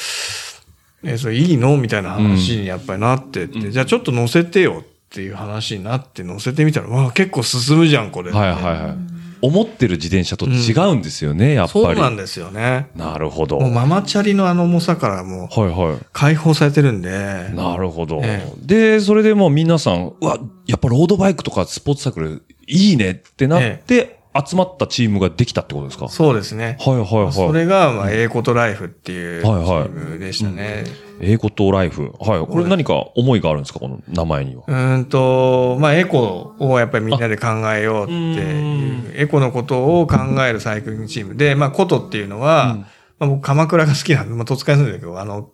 えそれいいのみたいな話にやっぱりなってって、じゃあちょっと乗せてよっていう話になって乗せてみたら、わあ、結構進むじゃん、これ。
はいはいはい。思ってる自転車と違うんですよね、やっぱり。
そうなんですよね。
なるほど。
もう
はい
ママチャリのあの重さからもう
は
解放されてるんで。
い。なるほど
ええ。
で、それでもう皆さん、うわ、やっぱロードバイクとかスポーツサイクルいいねってなって、集まったチームができたってことですか
そうですね。
はいはいはい。
それが、まあ、エーコトライフっていうチ
はいはい
ームでしたね。
英語とライフ。はい。これ何か思いがあるんですかこの名前には。
うーんと、まあ、エコをやっぱりみんなで考えようっていう、エコのことを考えるサイクリングチームで、まあ、ことっていうのは、まあ、僕、鎌倉が好きなんで、まあ、戸塚に住んでるけど、あの、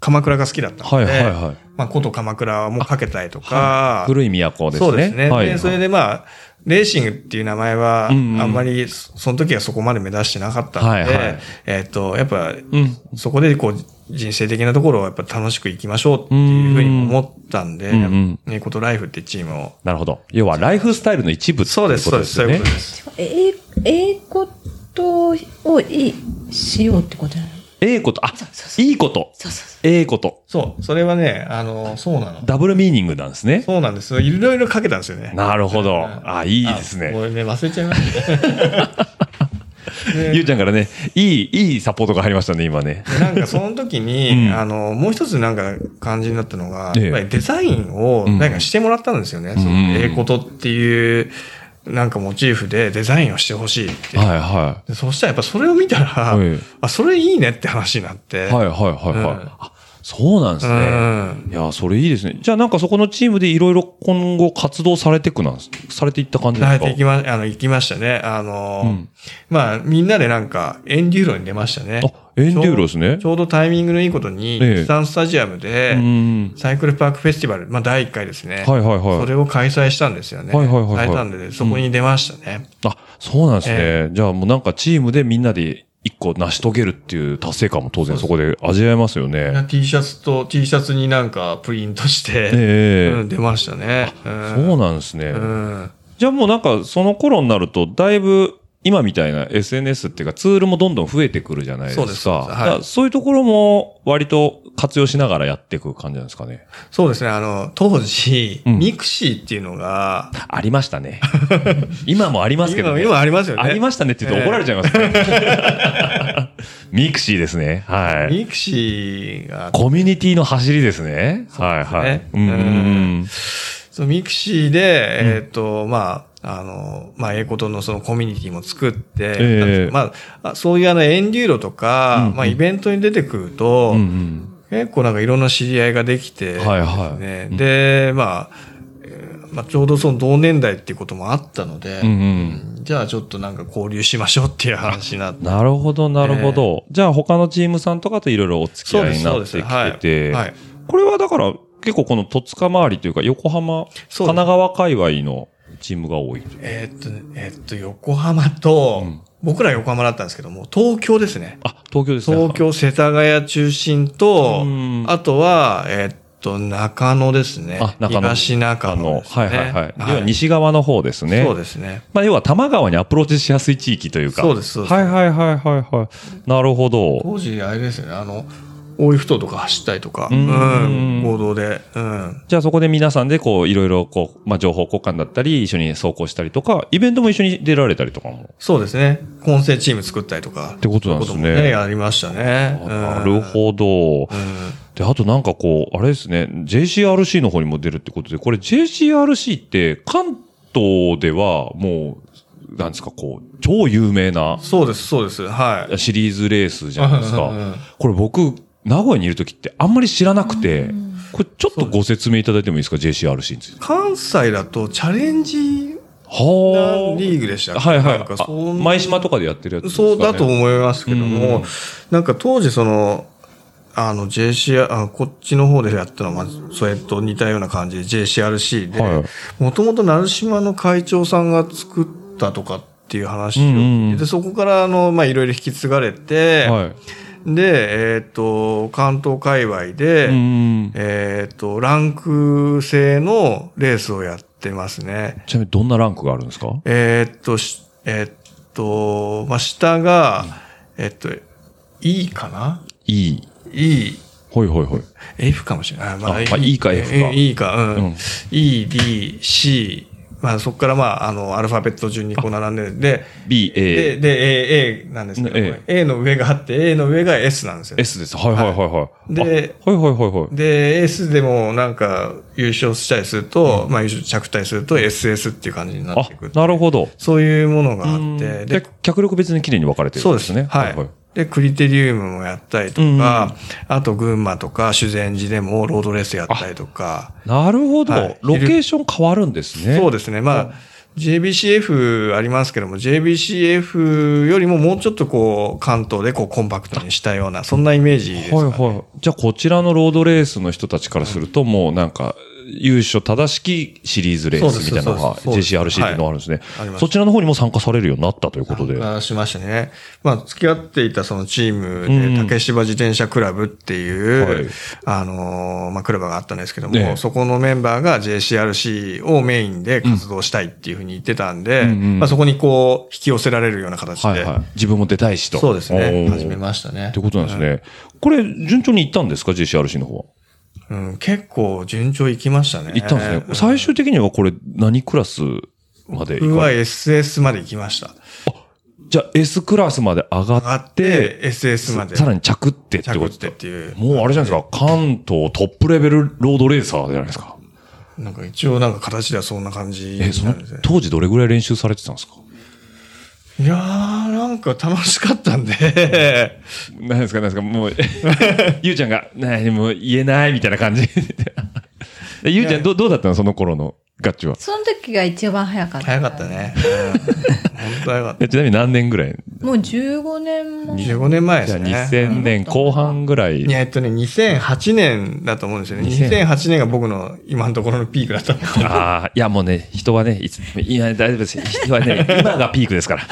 鎌倉が好きだったの
はい
で、
はいはい。
まあ、こと鎌倉はもうかけたいとか、
古い都ですね。
そうですね。
はい。
で、それでまあ、レーシングっていう名前は、あ
うんうん
んまり、そその時はそこまで目指してなかったので、
はいはい
えっ、と、やっぱ、
ん
そこでこう、人生的なところをやっぱ楽しくいきましょうっていうふうにも思ったんで、
うんうん
ね、ことライフってチームを。
なるほど。要はライフスタイルの一部ってい
そう
こ
です、そ
と
う
で
です、
す
そ
よ
ういう
ね
こ。とです。
え、ええことをいい、しようってことなの
ええこと、あ
うそう、そ
いいこと。
そうそうそ
ええこと。
そう、それはね、あの、そうなの。
ダブルミーニングなんですね。
そうなんです。いろいろかけたんですよね。
なるほど。あ、いいです
あも
ね。
うね、忘れちゃいましたね。
ゆうちゃんからね、いい、いいサポートが入りましたね、今ね。
でなんかその時に、
うん
あの、もう一つなんか感じになったのが、
ええ
やっぱりデザインをなんかしてもらったんですよね。その
うん
ええことっていう、なんかモチーフでデザインをしてほしいって。
はいは
でそしたらやっぱそれを見たら、
はい
あ、それいいねって話になって。
い。はいはいはいはい
うん
あ。そうなんです
う
ね。
ん。
いや、それいいですね。じゃあなんかそこのチームでいろいろ今後活動されていくなんす、されていった感じです
慣
か
れていきま、あの、行きましたね。あの、まあ、みんなでなんか、エンデューロに出ましたね。
あ、エンデューロですね
ち。ょうどタイミングのいいことに、
ええ
スタンスタジアムで
う、ん。
サイクルパークフェスティバル、まあ、第1回ですね。
はいはいはい
それを開催したんですよね。
はいはいはいはい
されたんで、そこに出ましたね。
あ、そうなんですね。
え
じゃあもうなんかチームでみんなで一個成し遂げるっていう達成感も当然そこで味わえますよね。
T シャツと、T シャツになんかプリントして、
え
う
え
ん、出ましたね。うん
そうなんですね。
うん
じゃあもうなんかその頃になるとだいぶ今みたいな SNS っていうかツールもどんどん増えてくるじゃないですか。
そうですそうですはい
だからそういうところも割と活用しながらやっていく感じなんですかね。
そうですね。あの、当時、
うん
ミクシーっていうのが、
ありました ね。今もありますけど
今、
ね。
今ありますよね。
ありましたねって言うと怒られちゃいますね。 ミクシーですね。はい。
ミクシーが、
コミュニティの走りですね。はいはい。
ね
うんうんうん
そのミクシーで、えっ、と、まあ、あの、まあ、英語とのそのコミュニティも作ってやったんですけど、
ええ
まああ、そういうあの、エンデューロとか、まあ、イベントに出てくると、
うんうん。
結構なんかいろんな知り合いができて、
はいはい
ねで、まあ、えーまあ、ちょうどその同年代っていうこともあったので、
うんうん。
じゃあちょっとなんか交流しましょうっていう話に なって。
なるほど、なるほど。じゃあ他のチームさんとかといろいろお付き合いになってき
はい
てて、
はい。
これはだから結構この戸塚周りというか横浜、神
そうです
奈川界隈のチームが多いという。
えーっとね、えーっと、横浜と、僕ら横浜だったんですけども、東京ですね。
あ、東京ですね。
東京、世田谷中心と
うん、
あとは、えーっと、中野ですね。
あ、中野。
東中
あ
野
の、
です
は
ね、
いはいはい。要は
西、
西側の方ですね。
そうですね。
まあ要は多摩川にアプローチしやすい地域というか。
そうですそうです
はいはいはいはいはい。なるほど。
当時、あれですよね、あの、大井ふ頭とか走ったりとか、うんん、合同で、うん。
じゃあそこで皆さんでこういろいろこう、まあ情報交換だったり、一緒に走行したりとか、イベントも一緒に出られたりとかも。
そうですね。混成チーム作ったりとか。って
ことなんですね
もね、やりましたね。うん
なるほど。で、あとなんかこう、あれですね、JCRC の方にも出るってことで、これ JCRC って関東ではもう、なんですか、こう、超有名な
そうです、そうです。はい。
シリーズレースじゃないです
うんうんうん
か。これ僕、名古屋にいる時ってあんまり知らなくて、これちょっとご説明いただいてもいいですか、JCRC について。
関西だとチャレンジ
はあ。
リーグでしたっけ
はいはい
なんか
あ
そん。
前島とかでやってるやつですかね
そうだと思いますけども、なんか当時その、あの JCR、あこっちの方でやったのは、まずそれと似たような感じで JCRC
は
で、もともと鳴島の会長さんが作ったとかっていう話を聞いて、
うんうん
でそこからあの、まあ、いろいろ引き継がれて、
はい。
で、えっ、と、関東界隈で、
うん。
えっ、と、ランク制のレースをやってますね。
ちなみにどんなランクがあるんですか
えーっと、しえーっと、まあ、下が、えーっと、E かな
?E。
?E、
ほいほいほい。
F かもしれない。あま
あまあ E か F か
え E か、うん。
うん
E、D、C、まあ、そこからまあ、あの、アルファベット順にこう並んで、で、
B、
で、
A、
で、A、A なんですけど、
ね
A の上があって、A の上が S なんですよね。
S です。はいはいはいはい。
で
あはいはいはいはい。
で、S でもなんか優勝したりすると、まあ優勝着退すると SS っていう感じになってくる。
あ、なるほど。
そういうものがあって、
で、脚力別に綺麗に分かれてる
そ
ん
う
で
ですす
ね。
ね。はい。で、クリテリウムもやったりとか、あと群馬とか修善寺でもロードレースやったりとか、
なるほど、
はい
ロケーション変わるんですね。
そう
で
ですね。まあ、JBCF ありますけども、JBCF よりももうちょっとこう、関東でこうコンパクトにしたような、そんなイメージですか
はい
ね。
はい。じゃあ、こちらのロードレースの人たちからすると、もうなんか、優勝正しきシリーズレースみたいなの
そう
が、
ですそうです
JCRC っていうのがあるんですね、
いあります
そちらの方にも参加されるようになったということで。
あしましたね。まあ、付き合っていたそのチームで、竹芝自転車クラブっていう、
はい
あのーまあ、クラブがあったんですけども、
ええ
そこのメンバーが JCRC をメインで活動したいっていうふうに言ってたんで、
うんうん
まあ、そこにこう、引き寄せられるような形で、
はいはい。自分も出たいしと。
そうです
お
ね、
ー
始めましたね
って。ことなんですね。これ、順調に行ったんですか ?JCRC の方は。
うん、結構順調いきましたね。
行ったんですね。最終的にはこれ、何クラスまで
僕
行か
は
れ
SS まで行きました。
じゃあ、S クラスまで上が
上が
っ
ってて、、SS まで
さらに着ってって
着
こ
っ
と
てっていう。
もうあれじゃないですか、関東トップレベルロードレーサーじゃないですか。
なんか一応なんか形ではそんな感じなん
え、
です
その
ね。
当時どれぐらい練習されてたんですか
いやー、なんか楽しかったんで、
何ですか、何ですか、もう、 ゆうちゃんが、何も言えないみたいな感じ。 ゆうちゃん、どどうだったのその頃のガッチは。
その時が一番早かった。
早かったね。うん本当早かっ
えちなみに何年ぐらい
もう15年
た。
も。
15年前で
じゃ
す
あ
ね。
2000年後半ぐらい。
いや、えっとね、2008年だと思うんですよね。
2008
2008年が僕の今のところのピークだった んで。
ああ、いやもうね、人はね、いつ、いや、大丈夫です。人はね、今がピークですから。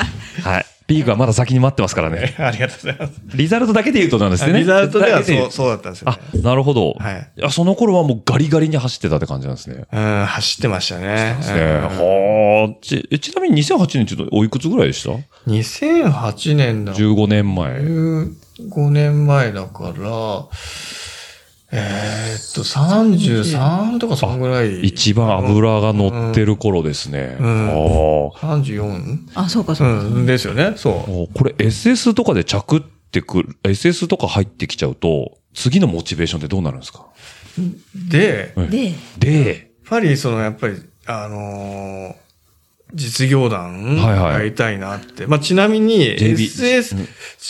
はい。ピークはまだ先に待ってますからね。
ありがとうございます。
リザルトだけで言うとなんですね。
リザルトでは
だけ言
そううそうだったんですよね
あ。、なるほど。
はい
いや、その頃はもうガリガリに走ってたって感じなんですね。
うん、走ってましたね。うん
はあ。ち、えちなみに2008年ちょっとおいくつぐらいでした
2008年だ。
?15 年前。
15年前だから、えーっと、33とかそんぐらい。
一番油が乗ってる頃ですね。
ん
はあ
34?
あ、そうかそううか。
ん、ですよね。そう。
おこれ SS とかで着ってくる、SS とか入ってきちゃうと、次のモチベーションってどうなるんですか
で、やっ
で、
で、
ぱりその、やっぱり、あのー実業団
はいはい
やりたいなって。まあ、ちなみに、
JB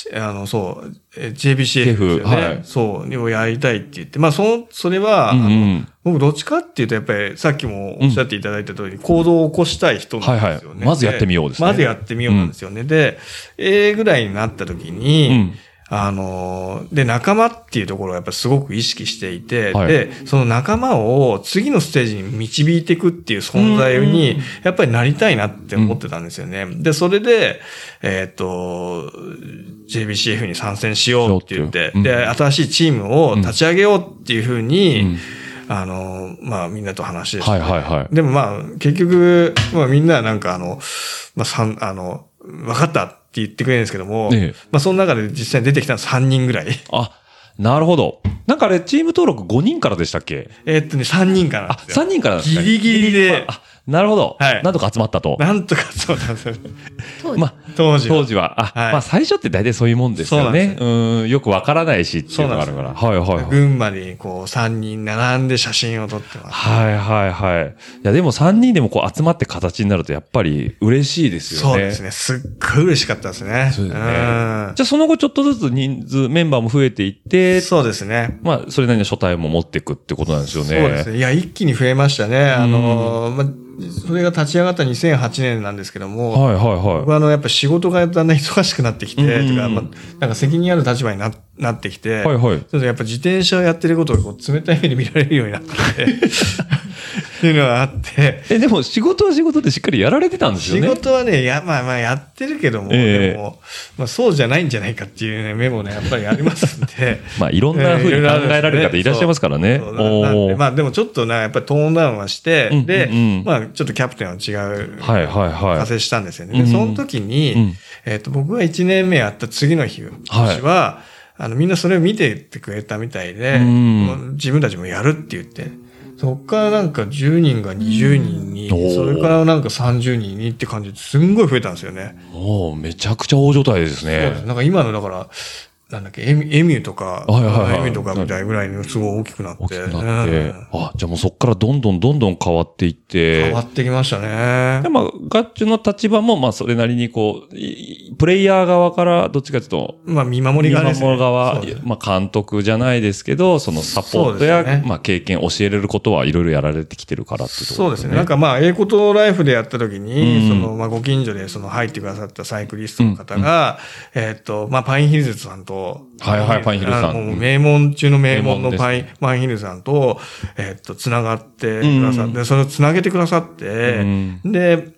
SS、あの、そう、え JBCF ですよね。
はい
そう、をやりたいって言って。まあ、その、それは、
うんう
あの
ん。
僕、どっちかっていうと、やっぱり、さっきもおっしゃっていただいた通り、行動を起こしたい人なんですよ
は
ね。
いはいまずやってみようですね
まずやってみようなんですよね。で、A ぐらいになった時に、
うん。
あのーで、仲間っていうところをやっぱすごく意識していて、
はい
で、その仲間を次のステージに導いていくっていう存在に、やっぱりなりたいなって思ってたんですよね。で、それで、えっ、と、JBCF に参戦しようって言って、
しようっていう
で、新しいチームを立ち上げようっていうふうに、
うん
あのーまあ、みんなと話して、
はいはいはい。
でもまあ、結局、まあみんななんかあの、まあ三、あの、分かったって言ってくれるんですけども、
ええ
まあその中で実際に出てきたの3人ぐらい。
あ、なるほど。なんかあれ、チーム登録5人からでしたっけ
えーっとね、3人かな
あ、
んですよ
3人からなんですか
ギリギリで、
あ、なるほど。
はい
なんとか集まったと。
なんとかそうなんですよ。
当時
まあ、
当時は。
当時は。あ、
はい
まあ最初って大体そういうもんですよね。うん、よくわからないしっていうのがあるから。はいはいはい。
群馬にこう3人並んで写真を撮ってます。
はいはいはい。いやでも3人でもこう集まって形になるとやっぱり嬉しいですよね。
そうですね。すっごい嬉しかったですね。
そうだよね
うん
じゃあその後ちょっとずつ人数、メンバーも増えていって、
そうですね。
まあそれなりの書体も持っていくってことなんですよね。
そうですね。いや、一気に増えましたね。あの、ま、それが立ち上がった2008年なんですけども、
はいはいはい
僕。はあの、やっぱ仕事がだんだん忙しくなってきて、
うん
とか、ま、なんか責任ある立場にななってきて、
はいはい
ちょっとやっぱ自転車をやってることをこう冷たい目で見られるようになってき て、っていうのがあって、
え、でも仕事は仕事でしっかりやられてたんですよ
仕
ね。
事はね、や、まあまあやってるけども、
ええ。
でも、まあそうじゃないんじゃないかっていうね、目もね、やっぱりありますんで
まあいろんな風に
ええいろいろあるんですね
考えられる方いらっしゃいますからね
そうそうななん
お
で
ー
まあでもちょっとな、やっぱりトーンダウンはして、
うん
で、
うんうん
まあちょっとキャプテンは違う。
はいはいはい
加勢したんですよね。
うん
で、その時に、
うん
えっ、と、僕が1年目やった次の日は、
はい
あの、みんなそれを見てってくれたみたいで、
うん
もう自分たちもやるって言って、そっからなんか10人が20人に、
おー
それからなんか30人にって感じですんごい増えたんですよね。
もうめちゃくちゃ大所帯です
そうです
ね。
なんか今のだから、なんだっけ、エミエミューとか、
はいはいはい
エミューとかみたいぐらいにすごい大きくなって。
大きくなって。
うん
あ、じゃあもうそっからどんどんどんどん変わっていって。
変わってきましたね
で。まあ、ガッチュの立場も、まあ、それなりにこう、いいプレイヤー側から、どっちかというと、
まあ見守
見
り側
守
ですね。
る側
そうです、
まあ、監督じゃないですけど、そのサポート
そ
や、
うですね
まあ、経験、教えれることはいろいろやられてきてるからっていうとこ
そう
ろ
ですね。なんかまあ、英語とライフでやった時に、
うん
その、まあ、ご近所でその入ってくださったサイクリストの方が、えーっと、まあ、パインヒルズさんと、
はいはいパインヒルズさん
あのもう名門中の名門の
名門
パイン、パインヒルズさんと、えーっと、つながってくださって、それをつなげてくださって、で、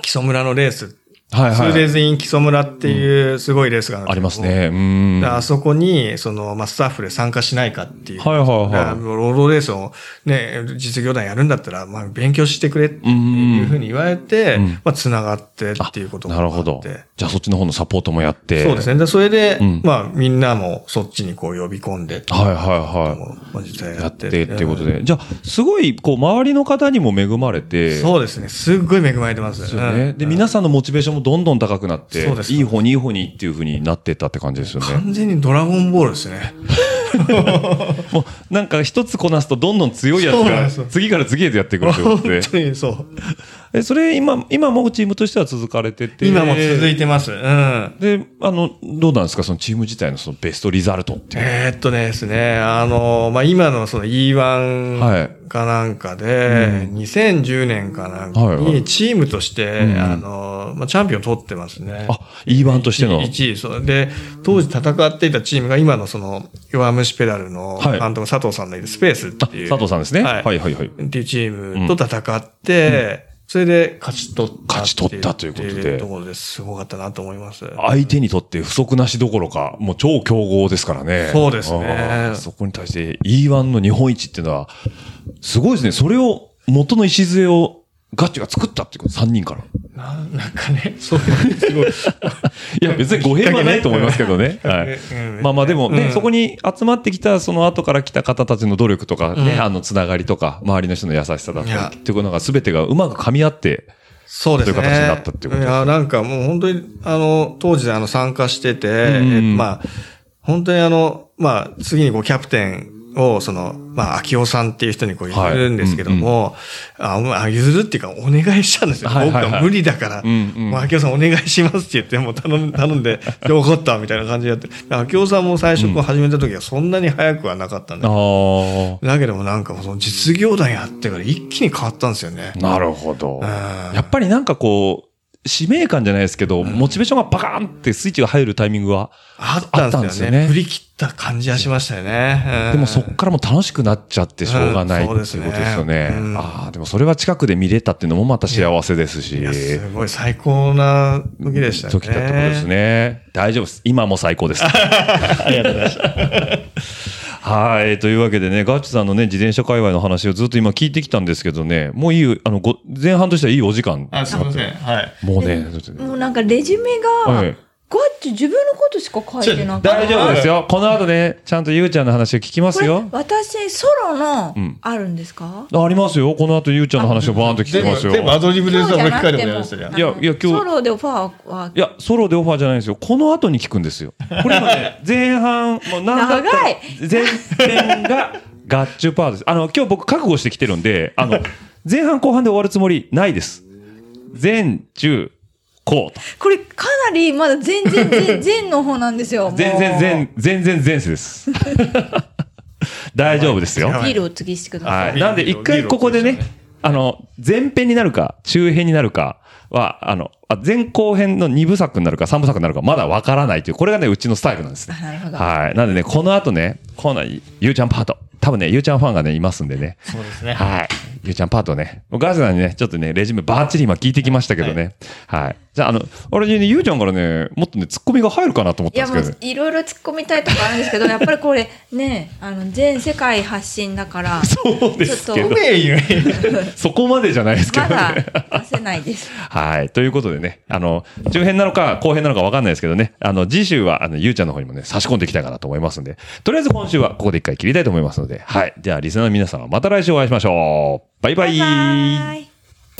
木曽村のレース、
はい
ツー
は
デイ
い。
ズイン木曽村っていうすごいレースがあるんですけど
ありますね。うん。
で
は
あそこに、その、まあ、スタッフで参加しないかっていう。
はいはいはい
あの労働レースをね、実業団やるんだったら、まあ、勉強してくれって
ん
いうふうに言われて、
ん
まあ、繋がってっていうこともあ
な
って。
るほど。じゃあ、そっちの方のサポートもやって。
そうですね。でそれで、
ん
まあ、みんなもそっちにこう呼び込んで、
はいはいは
もう実際
い。
や
や
っ
って
て。
っていうこと
うん
で。じゃあ、すごい、こう、周りの方にも恵まれて。
そうですね。すっごい恵まれてます。
ですよね。
うん
で、皆さんのモチベーションもどんどん高くなって
そうで、す
いい方にいい方にっていうふうになってったって感じですよね。
完全にドラゴンボールですね。
もうなんか一つこなすとどんどん強いやつ
そうなん
が
ですよ
次から次へとやってくるってこと
本
で
当にそう。
えそれ今今もチームとしては続かれてて
今も続いてます。うん。
であのどうなんですかそのチーム自体のそのベストリザルトっていう
えーっとねですね、あの、まあ、今のその
はい
E1 かなんかで、2010年かなんか
はいはい
にチームとして、
うん
あの、まあ、チャンピオン取ってますね。
あ E1 としての
1位、そう。で、当時戦っていたチームが今のその、弱虫ペダルの
はい
監督、佐藤さんのいるスペースっ
あ
ていう、
佐藤さんですね、は、
はいい
はいはいはい
っていうチームと戦って、それで勝ち取ったっていう。
勝ち取ったということで
ってところですごかったなと思います。
相手にとって不足なしどころかもう超強豪ですからね
そうですね
あーそこに対して E1 の日本一っていうのはすごいですねそれを元の礎をガッチが作ったっていうこと3人から
なんなんかね、そういう、すごい。
いや、別に語弊はないと思いますけどね。はい
うん。
まあまあでもね、
うん
そこに集まってきた、その後から来た方たちの努力とかね、
うん
あの、つながりとか、周りの人の優しさだっ
い
た
や
りっていうのが全てがうまく噛み合って、
そうですね。
という形になったっていうことですね
や、なんかもう本当に、あの、当時あの参加してて、えまあ、本当にあの、まあ、次にこうキャプテンを、その、まあ、秋夫さんっていう人にこう譲るんですけども、あまあ譲るっていうかお願いしたんですよ。
はいはいはい
僕は無理だから、
んうん
もう秋夫さんお願いしますって言って、もう頼 ん頼んで、で分かったみたいな感じでやって、で秋夫さんも最初こう始めた時はそんなに早くはなかったんで
あ、あ、
だけどもなんかその実業団やってから一気に変わったんですよね。
なるほど。
うん
やっぱりなんかこう、使命感じゃないですけど、モチベーションがバカーンってスイッチが入るタイミングは、
あったんですよね。
ね
振り切った感じはしましたよね。うん
でもそっからもう楽しくなっちゃってしょうがないっていう
う
こ
ん
とです
そう
よ
ですね
ね
うん。
ああ、でもそれは近くで見れたっていうのもまた幸せですし。
いや、すごい最高な時でしたね。
時だってことです。ね。大丈夫です。今も最高 です。ありがとうございました。はい。というわけでね、ガッチュさんのね、自転車界隈の話をずっと今聞いてきたんですけどね、もういい、あの、ご前半としてはいいお時間。
あ、すみません。はい。
もうね、
もうなんかレジュメが、
はい
ガッチ自分のことしか書いてなくて。
大丈夫ですよ。この後ね、ちゃんとゆうちゃんの話を聞きま
こ
す
れ
よ。
私、ソロの、あるんですか
ありますよ。この後ゆうちゃんの話をバーンと聞き
全
ます
部、
よ。
全部アドリブで
今
さ、
日じ
俺
ゃ
機
なく
械でもや
ても。
りましたじゃん。
いやいや今日、
ソロでオファーはい
や、ソロでオファーじゃないんですよ。この後に聞くんですよ。 これ今ね、前半、もうなんだったら
長い
前編が合ッチュパーです。あの、今日僕覚悟してきてるんで、あの、前半後半で終わるつもりないです。前、中、後と。
これかなりまだ全 然全然の方なんですよ。もう
全然前、全然前世 です。大丈夫ですよ。
ビールを次してくださ。
はいい。なんで、一回ここでね、あの、前編になるか、中編になるかは、あの、あ前後編の2部作になるか、3部作になるか、まだわからないという、これがね、うちのスタイルなんですね。
あなるほど
はい。なんでね、この後ね、この、ゆうちゃんパート。多分ね、ゆうちゃんファンがね、いますんでね。
そうです ね。
はい。ゆうちゃんパートね。僕ガズさんにね、ちょっとね、レジュメバーチリ今聞いてきましたけどね。はい。じゃあ、あの、俺にね、ゆうちゃんからね、もっとね、ツッコミが入るかなと思っ
い
たん
や
です
も
けどね
う。いろいろ突っ込みたいとかあるんです けど、やっぱりこれね、あの全世界発信だから、
そうですけ
ち
ど
ょっ
う、めえゆえ。
そこまでじゃないですけど
ま
ね。
だ出せない です。
はい。ということでね、あの、中編なのか後編なのか分かんないですけどね、あの、次週は、あの、ゆうちゃんの方にもね、差し込んでいきたいかなと思いますんで、とりあえず今週はここで一回切りたいと思いますので、はい。じゃあ、リスナーの皆さんはまた来週お会いしましょう。バイバイ。
はい。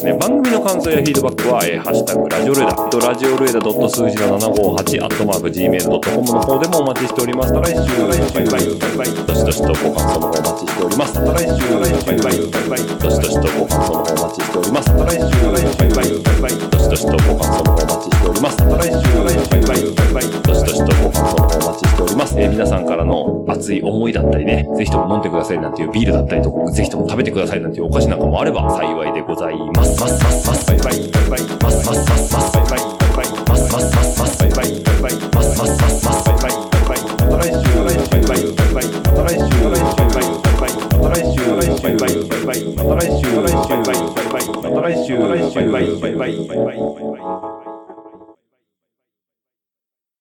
ね、番組の感想やフィードバックは、えーハッシュタグ、ラジオルエダ、えっとラジオルエダ数字の758、アットマーク、gmail.com の方でもお待ちしております。また来週、バイバイ、バイバイ、どしどしとご感想の方お待ちしております。また来週、バイバイ、バイバイ、どしどしとご感想の方お待ちしております。また来週、バイバイ、バイバイ、どしどしとご感想の方お待ちしております。また来週、バイバイ、バイバイ、どしどしとご感想の方お待ちしております。えー皆さんからの熱い思いだったりね、ぜひとも飲んでくださいなんていうビールだったりとか、ぜひとも食べてくださいなんていうお菓子なんかもあれば幸いでございます。
来週